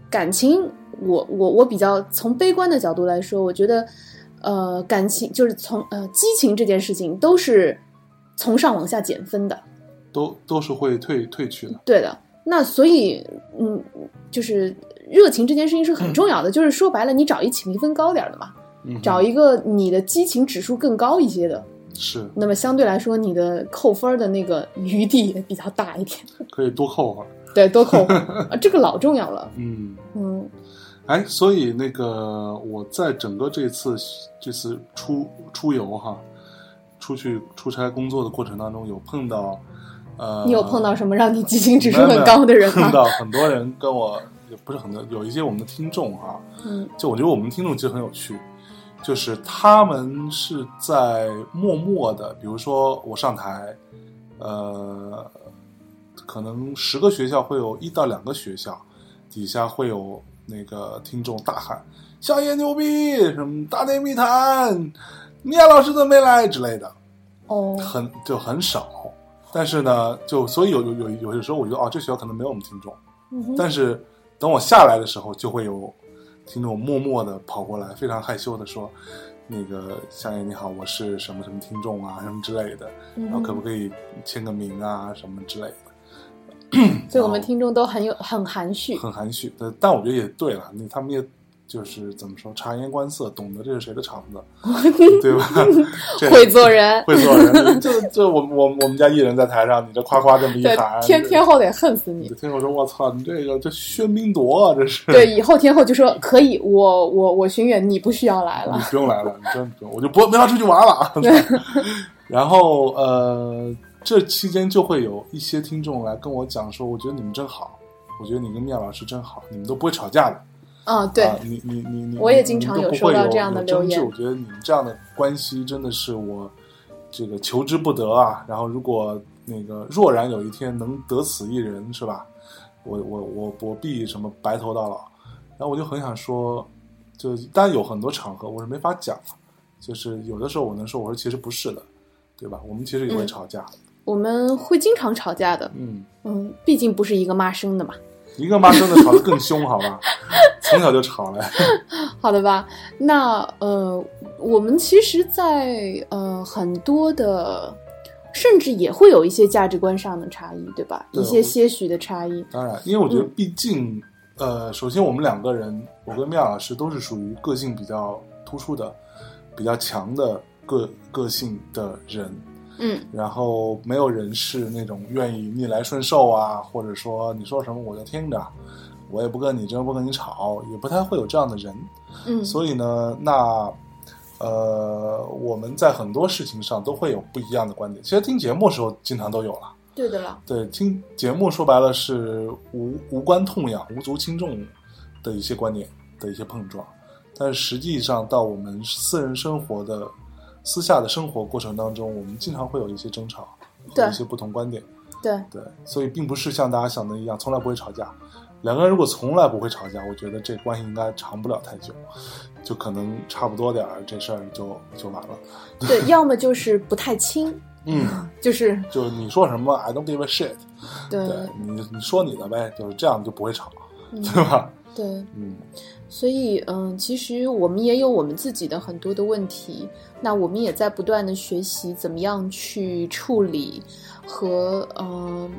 F: 感情，我我我比较从悲观的角度来说，我觉得，呃，感情就是从呃激情这件事情都是从上往下减分的，
C: 都都是会退退去的。
F: 对的。那所以，嗯，就是热情这件事情是
C: 嗯
F: 很重要的，就是说白了，你找一起评分高点儿的嘛，
C: 嗯哼，
F: 找一个你的激情指数更高一些的，
C: 是
F: 那么相对来说，你的扣分儿的那个余地也比较大一点，
C: 可以多扣会儿。
F: 对，多扣啊，这个老重要了，
C: 嗯，
F: 嗯
C: 哎，所以那个我在整个这次这次出出游哈，出去出差工作的过程当中，有碰到呃，
F: 你有碰到什么让你激情指数
C: 没有
F: 很高的人
C: 没有碰？
F: 吗
C: 到很多人跟我也不是很多，有一些我们的听众啊，
F: 嗯
C: 就我觉得我们听众其实很有趣，就是他们是在默默的，比如说我上台，呃，可能十个学校会有一到两个学校底下会有那个听众大喊“校爷牛逼”什么“大内密谈”，米娅老师怎么没来之类的，
F: 哦，
C: 很就很少。但是呢，就所以有有有有些时候我觉得哦，这学校可能没有我们听众。
F: 嗯哼
C: 但是等我下来的时候，就会有听众默默的跑过来，非常害羞的说：“那个夏爷你好，我是什么什么听众啊，什么之类的，
F: 嗯
C: 然后可不可以签个名啊，什么之类的。”
F: 所以我们听众都很有很含蓄，
C: 哦很含蓄，呃但但我觉得也对了，那他们也就是怎么说，察言观色，懂得这是谁的场 子，对吧？这
F: 会做人，
C: 会做人，就就我我我们家艺人在台上，你这夸夸这么一
F: 对
C: 喊，，
F: 天天后得恨死你
C: 就。听我说，我操，你这个这喧宾夺啊，这 是。
F: 对，以后天后就说可以，我我我巡演，你不需要来
C: 你
F: 了。
C: 不用来了，你真不用，我就不没法出去玩了。啊 然后呃，这期间就会有一些听众来跟我讲说，我觉得你们真好，我觉得你跟妙老师真好，你们都不会吵架的。
F: 啊，对
C: 啊，你你你你，
F: 我也
C: 你
F: 经常
C: 你都
F: 有
C: 不
F: 收
C: 会
F: 到
C: 有
F: 这样的
C: 有
F: 留
C: 争执
F: 言
C: 我觉得你们这样的关系真的是我这个求之不得啊。然后如果那个若然有一天能得此一人，是吧？我我我我必什么白头到老。然后我就很想说，就当然有很多场合我是没法讲了，就是有的时候我能说，我说其实不是的，对吧？我们其实也会
F: 嗯
C: 吵架，
F: 我们会经常吵架的，
C: 嗯
F: 嗯，毕竟不是一个妈生的嘛，
C: 一个妈生的吵得更凶，好吧？从小就吵了，
F: 好的吧？那呃，我们其实在，呃很多的，甚至也会有一些价值观上的差异，对吧？
C: 对
F: 一些些许的差异，
C: 当然，因为我觉得，毕竟，呃，首先我们两个人，我跟妙老师都是属于个性比较突出的、比较强的个个性的人，
F: 嗯
C: 然后没有人是那种愿意逆来顺受啊，或者说你说什么我就听着，我也不跟你争，不跟你吵，也不太会有这样的人。
F: 嗯，
C: 所以呢，那呃，我们在很多事情上都会有不一样的观点。其实听节目的时候，经常都有了。
F: 对的啦，
C: 对，听节目说白了是无无关痛痒、无足轻重的一些观点的一些碰撞，但实际上到我们私人生活的私下的生活过程当中，我们经常会有一些争吵和
F: 对
C: 一些不同观点。
F: 对，
C: 对，所以并不是像大家想的一样，从来不会吵架。两个人如果从来不会吵架，我觉得这关系应该长不了太久，就可能差不多点儿，这事儿就就完了。
F: 对，要么就是不太亲，
C: 嗯，
F: 就是
C: 就你说什么，I don't give a shit，
F: 对
C: 对你你说你的呗，就是这样就不会吵，
F: 嗯
C: 对吧？
F: 对，
C: 嗯
F: 所以嗯，其实我们也有我们自己的很多的问题，那我们也在不断的学习怎么样去处理和嗯。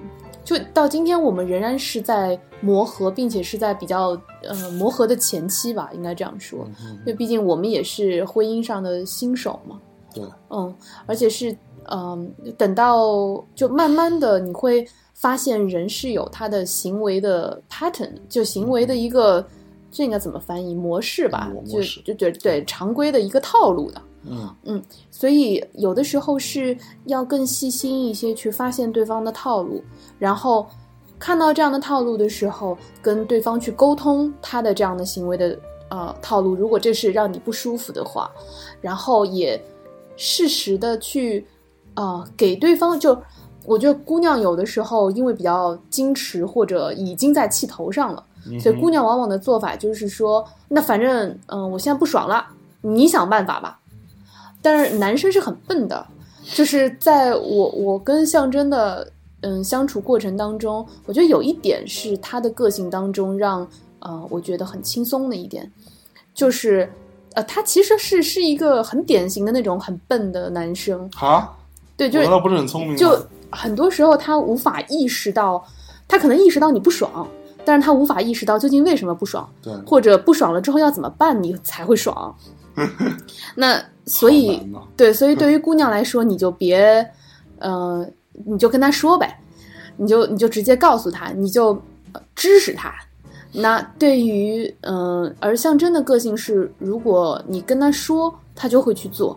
F: 就到今天，我们仍然是在磨合，并且是在比较呃磨合的前期吧，应该这样说。因为
C: 嗯，
F: 毕竟我们也是婚姻上的新手嘛。
C: 对，
F: 嗯，而且是嗯、等到就慢慢的你会发现人是有他的行为的 pattern，就行为的一个、这应该怎么翻译模式吧？
C: 嗯模
F: 就
C: 模式
F: 就对对常规的一个套路的。
C: 嗯
F: 所以有的时候是要更细心一些去发现对方的套路，然后看到这样的套路的时候，跟对方去沟通他的这样的行为的呃套路，如果这是让你不舒服的话，然后也适时的去呃给对方就。我觉得姑娘有的时候因为比较矜持或者已经在气头上了，
C: 嗯
F: 所以姑娘往往的做法就是说，那反正嗯、呃我现在不爽了，你想办法吧。但是男生是很笨的，就是在我我跟象征的嗯相处过程当中，我觉得有一点是他的个性当中让呃我觉得很轻松的一点，就是呃他其实是是一个很典型的那种很笨的男生，
C: 哈，
F: 对，就
C: 我
F: 是
C: 难道不是很聪明吗？
F: 就很多时候他无法意识到，他可能意识到你不爽，但是他无法意识到究竟为什么不爽，
C: 对，
F: 或者不爽了之后要怎么办你才会爽。那所
C: 好
F: 以
C: 难呐
F: 对，所以对于姑娘来说，你就别，呃，你就跟她说呗，你就你就直接告诉她，你就呃支持她。那对于嗯、呃而象征的个性是，如果你跟她说，她就会去做。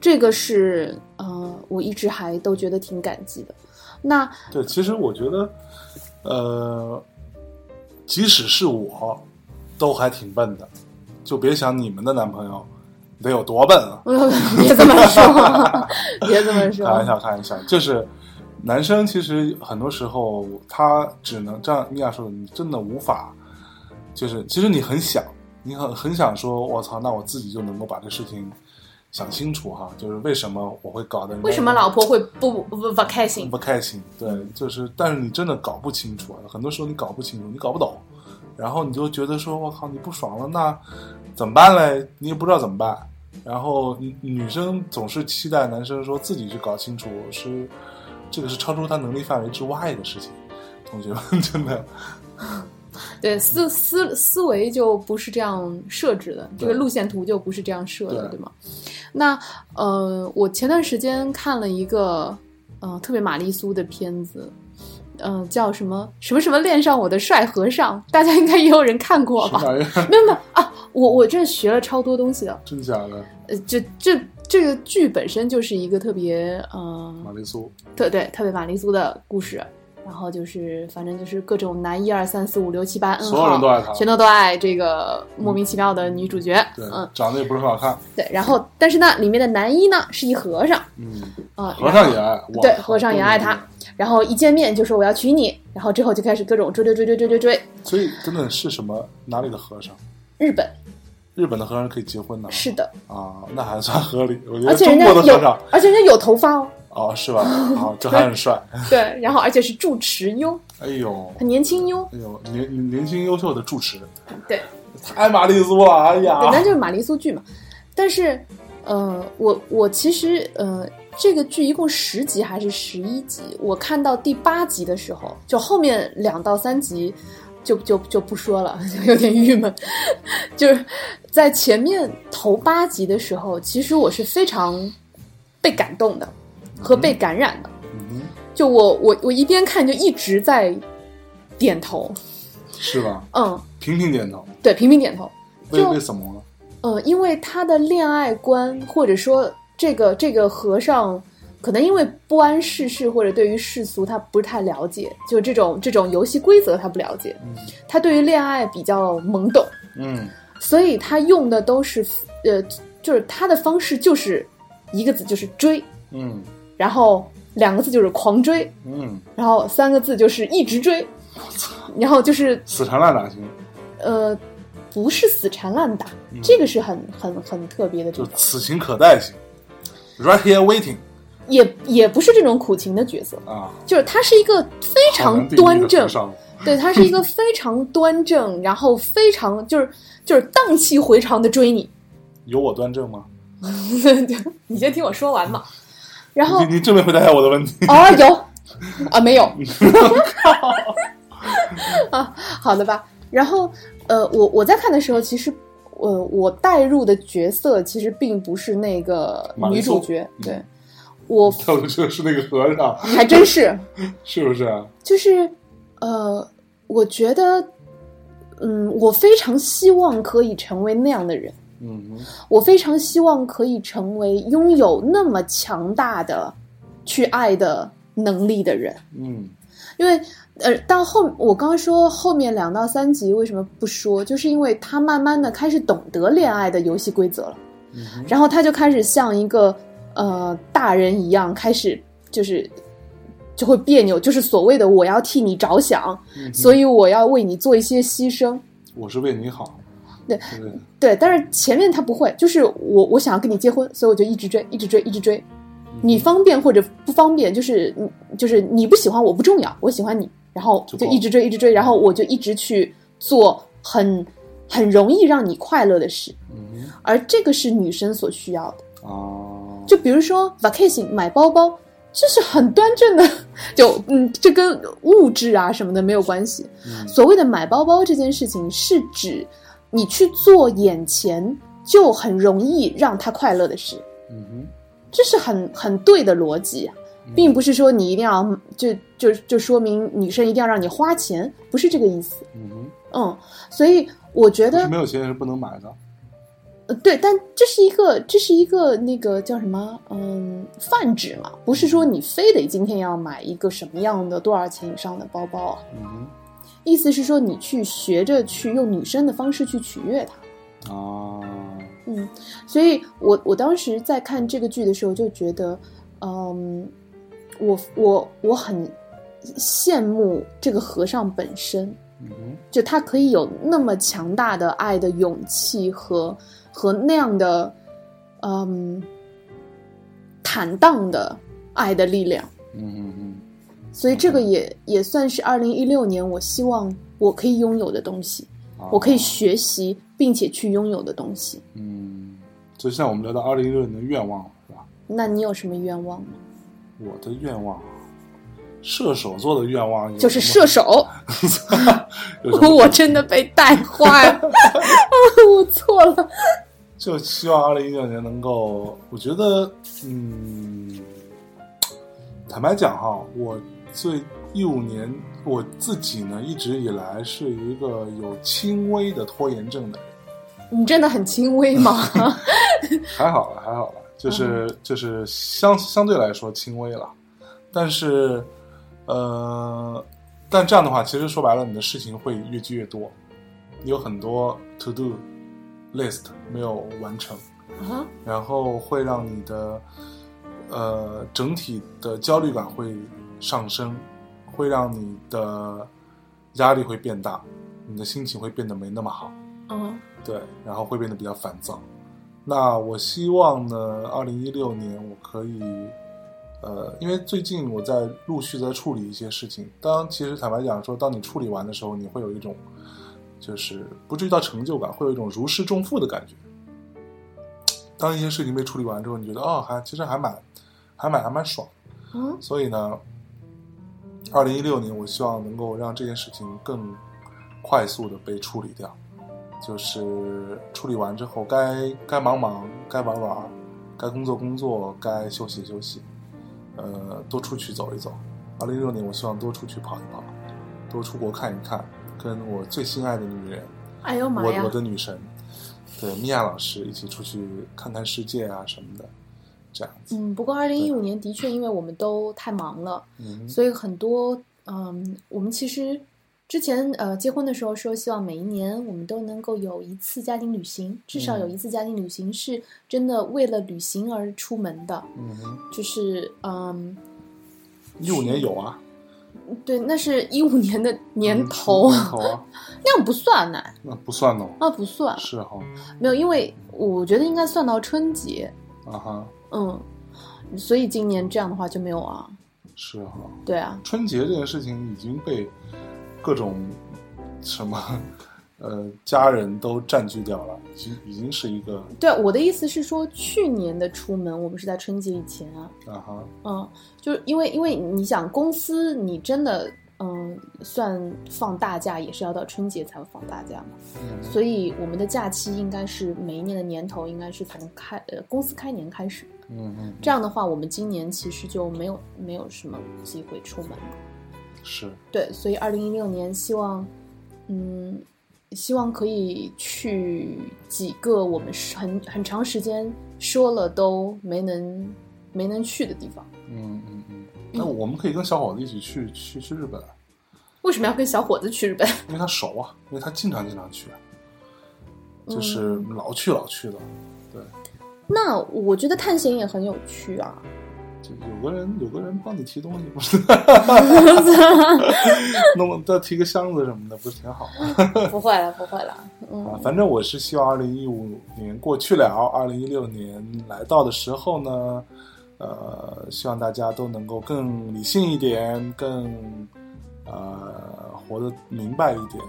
F: 这个是呃，我一直还都觉得挺感激的。那
C: 对，其实我觉得，呃，即使是我，都还挺笨的，就别想你们的男朋友得有多笨啊！
F: 哎别这么说， 别这么
C: 开玩
F: 说，
C: 笑，开玩笑，就是男生其实很多时候他只能这样，米娅说的，你真的无法，就是其实你很想，你很很想说，我操，那我自己就能够把这事情想清楚哈，就是为什么我会搞得人家
F: 为什么老婆会不不不不开心
C: 不？开心，对，
F: 嗯
C: 就是，但是你真的搞不清楚啊，很多时候你搞不清楚，你搞不懂，然后你就觉得说，我靠，你不爽了，那怎么办嘞？你也不知道怎么办。然后女女生总是期待男生说自己去搞清楚，是这个是超出他能力范围之外的事情。同学们，真的，
F: 对，思思思维就不是这样设置的，这个路线图就不是这样设的，
C: 对
F: 对吗？那呃，我前段时间看了一个呃特别玛丽苏的片子。嗯、叫什么什么什么恋上我的帅和尚，大家应该也有人看过
C: 是
F: 吧？
C: 哪样？
F: 没有没有啊，我我真的学了超多东西的，
C: 真假的？
F: 呃，这这这个剧本身就是一个特别
C: 玛
F: 呃，
C: 丽苏，
F: 特对特别玛丽苏的故事，然后就是反正就是各种男一二三四五六七八 n
C: 所有人都
F: 号，
C: 爱他，
F: 全都都爱这个莫名其妙的女主角，
C: 对
F: 嗯，
C: 长得也不是很好看，
F: 对，然后但是呢，里面的男一呢是一和尚
C: 嗯，
F: 啊，
C: 和尚也爱，哇
F: 对
C: 靠
F: 和尚也爱他
C: 真的
F: 然后一见面就说我要娶你，然后之后就开始各种追追追追追追追，
C: 啊所以真的是什么哪里的和尚？
F: 日本
C: 日本的和尚可以结婚的
F: 是的，
C: 啊，那还算合理。我觉
F: 而
C: 得
F: 且
C: 中
F: 人家
C: 国的和
F: 有
C: 尚，
F: 而且人家有头发哦，
C: 哦，是吧？啊，这还很帅。
F: 对，然后而且是住持优，
C: 哎呦，
F: 很年轻优，
C: 哎呦，年年轻优秀的住持，
F: 对。
C: 太玛丽苏了！哎呀，
F: 对，那就是玛丽苏剧嘛。但是，呃，我我其实呃，这个剧一共十集还是十一集？我看到第八集的时候，就后面两到三集就就就不说了， 就有点郁闷。就是在前面头八集的时候，其实我是非常被感动的和被感染的。
C: 嗯，
F: 就我我我一边看就一直在点头，
C: 是吧？
F: 嗯，
C: 频频点头，
F: 对，频频点头。
C: 为
F: 就
C: 为什么呢？
F: 呃，因为他的恋爱观，或者说这个这个和尚，可能因为不谙世事或者对于世俗他不是太了解，就这种这种游戏规则他不了解，
C: 嗯
F: 他对于恋爱比较懵懂，
C: 嗯，
F: 所以他用的都是呃，就是他的方式就是一个字就是追，
C: 嗯
F: 然后两个字就是狂追，
C: 嗯，
F: 然后三个字就是一直追，然后就是
C: 死缠烂打型，
F: 呃，不是死缠烂打，
C: 嗯
F: 这个是很很很特别的这
C: 就
F: 种。
C: 此情可待型，right here waiting
F: 也也不是这种苦情的角色，
C: 啊，
F: 就是他是一个非
C: 好
F: 常
C: 难定义
F: 端
C: 的
F: 正
C: 和，尚
F: 对他是一个非常端正，然后非常就是就是荡气回肠的追你，
C: 有我端正吗？
F: 你先听我说完嘛。然后
C: 你你正面回答一下我的问题。
F: 啊有啊没有 啊好的吧。然后呃我我在看的时候，其实呃我带入的角色其实并不是那个
C: 玛丽
F: 女
C: 苏
F: 主角，
C: 嗯
F: 对我
C: 跳的就是那个和尚，
F: 还真是。
C: 是不是？啊
F: 就是，呃，我觉得，嗯，我非常希望可以成为那样的人，
C: 嗯哼，
F: 我非常希望可以成为拥有那么强大的去爱的能力的人，
C: 嗯
F: 因为呃，到后我刚刚说后面两到三集为什么不说，就是因为他慢慢的开始懂得恋爱的游戏规则了，
C: 嗯哼
F: 然后他就开始像一个呃大人一样，开始就是就会别扭，就是所谓的我要替你着想，
C: 嗯哼
F: 所以我要为你做一些牺牲。
C: 我是为你好，
F: 对
C: 不对，
F: 对，但是前面他不会，就是我我想要跟你结婚，所以我就一直追，一直追，一直追。你方便或者不方便，就是你就是你不喜欢我不重要，我喜欢你，然后
C: 就
F: 就
C: 跑
F: 一直追，一直追，然后我就一直去做很很容易让你快乐的事，
C: 嗯
F: 而这个是女生所需要的。
C: 哼啊，
F: 就比如说 vacation 买包包，这是很端正的， 就嗯，这跟物质啊什么的没有关系。
C: 嗯
F: 所谓的买包包这件事情，是指你去做眼前就很容易让他快乐的事，
C: 嗯哼。
F: 这是很很对的逻辑啊，并不是说你一定要就就就说明女生一定要让你花钱，不是这个意思。
C: 嗯哼，
F: 嗯，所以我觉
C: 是
F: 得
C: 没有钱也是不能买的。
F: 呃，对，但这是一个，这是一个那个叫什么，嗯，泛指嘛，不是说你非得今天要买一个什么样的多少钱以上的包包啊，
C: 嗯
F: 意思是说你去学着去用女生的方式去取悦她。
C: 哼，啊，
F: 嗯，所以我我当时在看这个剧的时候就觉得，嗯，我我我很羡慕这个和尚本身，
C: 嗯哼，
F: 就他可以有那么强大的爱的勇气和和那样的，嗯，坦荡的爱的力量。
C: 嗯哼嗯
F: 所以这个也也算是二零一六年我希望我可以拥有的东西，
C: 哼，啊
F: 我可以学习并且去拥有的东西。
C: 嗯，就像我们聊到二零一六年的愿望是吧？
F: 那你有什么愿望吗？
C: 我的愿望，射手座的愿望有
F: 就是
C: 什么
F: 射，手，
C: 有什么
F: 我真的被带坏 了，哦我错了。
C: 就希望二零一六年能够，我觉得，嗯，坦白讲哈，我最一五年我自己呢，一直以来是一个有轻微的拖延症的人，
F: 你真的很轻微吗？
C: 还好了，还好了，就是、就是相相对来说轻微了，但是，呃，但这样的话，其实说白了，你的事情会越积越多，你有很多 to do list 没有完成。
F: 啊，
C: 然后会让你的呃整体的焦虑感会上升，会让你的压力会变大，你的心情会变得没那么好，
F: 啊，
C: 对，然后会变得比较烦躁。那我希望呢，二零一六年我可以，呃，因为最近我在陆续在处理一些事情。当其实坦白讲说，当你处理完的时候，你会有一种，就是不至于到成就感，会有一种如释重负的感觉。当一些事情被处理完之后，你觉得哦，还其实还蛮，还蛮还蛮爽。
F: 嗯，
C: 所以呢，二零一六年我希望能够让这件事情更快速的被处理掉，就是处理完之后该该忙忙，该玩玩，该工作工作，该休息休息，呃，多出去走一走。二零一六年我希望多出去跑一跑，多出国看一看，跟我最心爱的女人。
F: 哎呦妈
C: 我
F: 呀
C: 我！的女神，对米娅老师一起出去看看世界啊什么的，这样子。
F: 嗯，不过二零一五年的确，因为我们都太忙了，
C: 嗯
F: 所以很多嗯，我们其实之前呃结婚的时候说，希望每一年我们都能够有一次家庭旅行，至少有
C: 嗯
F: 一次家庭旅行是真的为了旅行而出门的，
C: 嗯哼，
F: 就是嗯，
C: 一五年有啊，
F: 对，那是一五年的年
C: 嗯
F: 头，
C: 年头啊，
F: 那样不算呢，
C: 那不算哦，
F: 那不算，
C: 是哦哈、
F: 没有，因为我觉得应该算到春节，
C: 啊哈，
F: 嗯，所以今年这样的话就没有啊，
C: 是哦哈、
F: 对啊，
C: 春节这件事情已经被各种什么呃家人都占据掉了，已经已经是一个
F: 对啊，我的意思是说，去年的出门我们是在春节以前啊，
C: 啊哈，
F: 嗯，就是因为因为你想公司你真的嗯算放大假也是要到春节才会放大假嘛，
C: 嗯
F: 所以我们的假期应该是每一年的年头应该是从开呃公司开年开始，
C: 嗯嗯，
F: 这样的话我们今年其实就没有没有什么机会出门了
C: 是
F: 对，所以二零一六年希望嗯希望可以去几个我们是很很长时间说了都没能没能去的地方。
C: 嗯嗯嗯。那我们可以跟小伙子一起去去去日本啊，
F: 为什么要跟小伙子去日本？
C: 因为他熟啊，因为他经常经常去，啊就是老去老去的。
F: 那我觉得探险也很有趣啊。
C: 就有个人有个人帮你提东西，不是？ 弄再提个箱子什么的，不是挺好吗？
F: 不会了，不会了。
C: 啊
F: 嗯，
C: 反正我是希望二零一五年过去了，二零一六年来到的时候呢，呃，希望大家都能够更理性一点，更呃活得明白一点，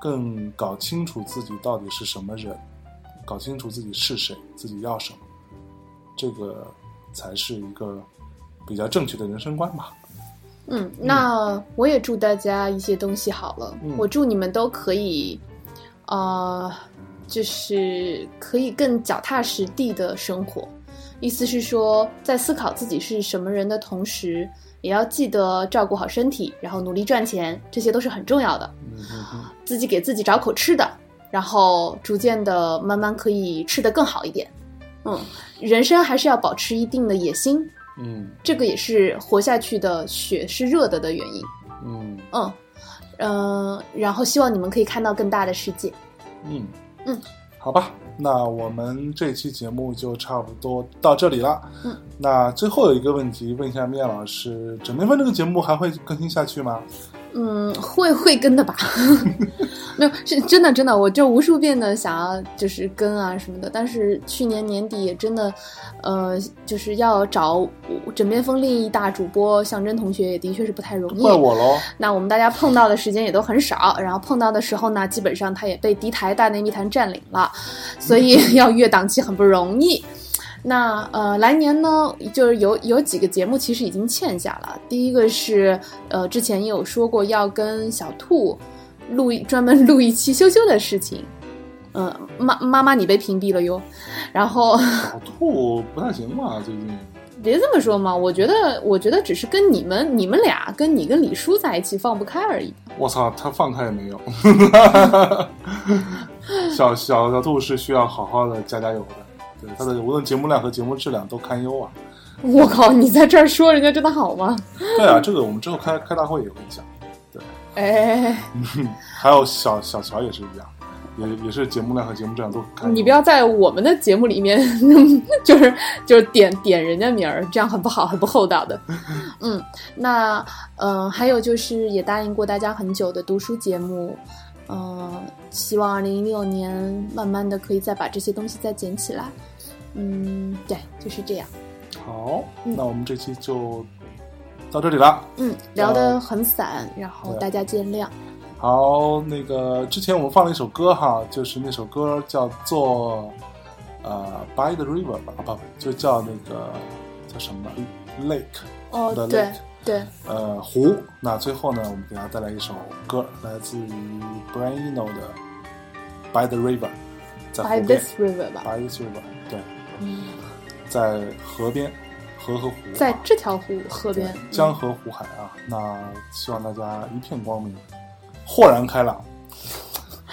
C: 更搞清楚自己到底是什么人，搞清楚自己是谁，自己要什么，这个才是一个比较正确的人生观吧。
F: 嗯，那我也祝大家一些东西好了。
C: 嗯
F: 我祝你们都可以，呃，就是可以更脚踏实地的生活。意思是说，在思考自己是什么人的同时，也要记得照顾好身体，然后努力赚钱，这些都是很重要的。
C: 嗯嗯嗯，
F: 自己给自己找口吃的，然后逐渐的慢慢可以吃得更好一点。嗯，人生还是要保持一定的野心，
C: 嗯
F: 这个也是活下去的血是热的的原因。
C: 嗯
F: 嗯，嗯、然后希望你们可以看到更大的世界。
C: 嗯，
F: 嗯，
C: 好吧，那我们这期节目就差不多到这里了。
F: 嗯，
C: 那最后有一个问题问一下面老师，枕边风这个节目还会更新下去吗？
F: 嗯，会会跟的吧？没有，是真的真的，我就无数遍的想要就是跟啊什么的，但是去年年底也真的，呃，就是要找枕边风另一大主播象征同学，也的确是不太容易。
C: 怪我喽。
F: 那我们大家碰到的时间也都很少，然后碰到的时候呢，基本上它也被敌台大内密谈占领了，所以 要越档期很不容易。那呃，来年呢，就是有有几个节目其实已经欠下了。第一个是呃，之前也有说过要跟小兔录一专门录一期羞羞的事情。嗯，妈妈妈，你被屏蔽了哟。然后
C: 小兔不太行吧，最近。
F: 别这么说嘛，我觉得我觉得只是跟你们你们俩跟你跟李叔在一起放不开而已。
C: 我操，他放开也没有。 小小小兔是需要好好的加加油的，对他的无论节目量和节目质量都堪忧啊。
F: 我靠，你在这儿说人家真的好吗？
C: 对啊，这个我们之后开开大会也会讲。
F: 哎，
C: 还有小小乔也是一样，也也是节目量和节目质量都堪忧。
F: 你不要在我们的节目里面， 就是就是点点人家名儿，这样很不好，很不厚道 的。嗯，那嗯、呃还有就是也答应过大家很久的读书节目，嗯、希望二零一六年慢慢的可以再把这些东西再捡起来。嗯，对，就是这样。
C: 好，
F: 嗯
C: 那我们这期就到这里了。
F: 嗯，聊得很散，然后大家见谅。
C: 好，那个之前我们放了一首歌哈，就是那首歌叫做呃《By the River》吧，啊不，就叫那个叫什么 Lake
F: 哦
C: The，
F: 对
C: Lake
F: 对，
C: 呃湖。那最后呢，我们给大家带来一首歌，来自于 Brian Eno 的《By the River》，在
F: by
C: 湖边
F: this river 吧，
C: ，By the River，对，在河边，河和湖啊，
F: 在这条湖河边。
C: 江河湖海啊，那希望大家一片光明，豁然开朗，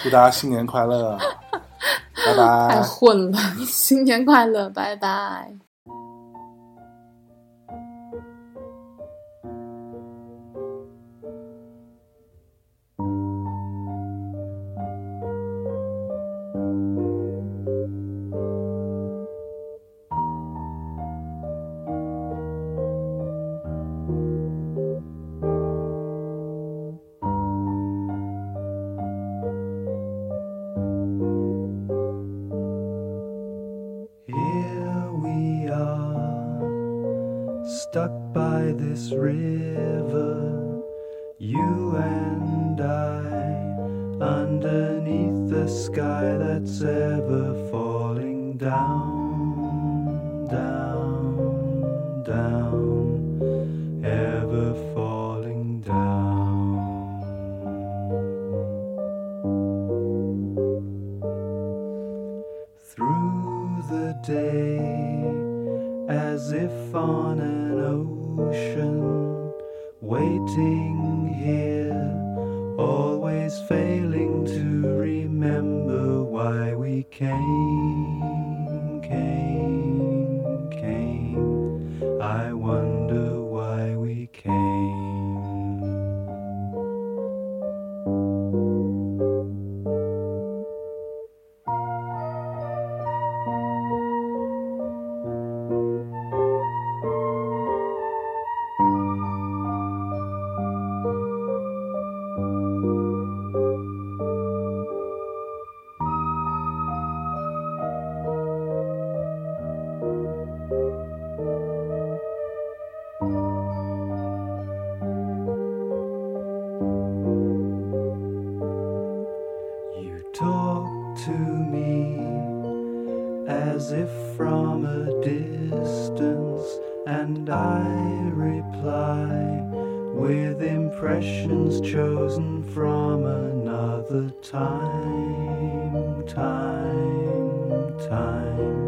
C: 祝大家新年快乐，拜
F: 太
C: 拜。
F: 混了！新年快乐，拜拜。
E: Here we are, stuck by this river, you and I, underneath the sky that's ever falling down, down, down, ever falling down. through the day as if on an ocean waiting here always failing to remember why we came came came I wonder why we came as if from a distance, and I reply with impressions chosen from another time, time, time. Mm.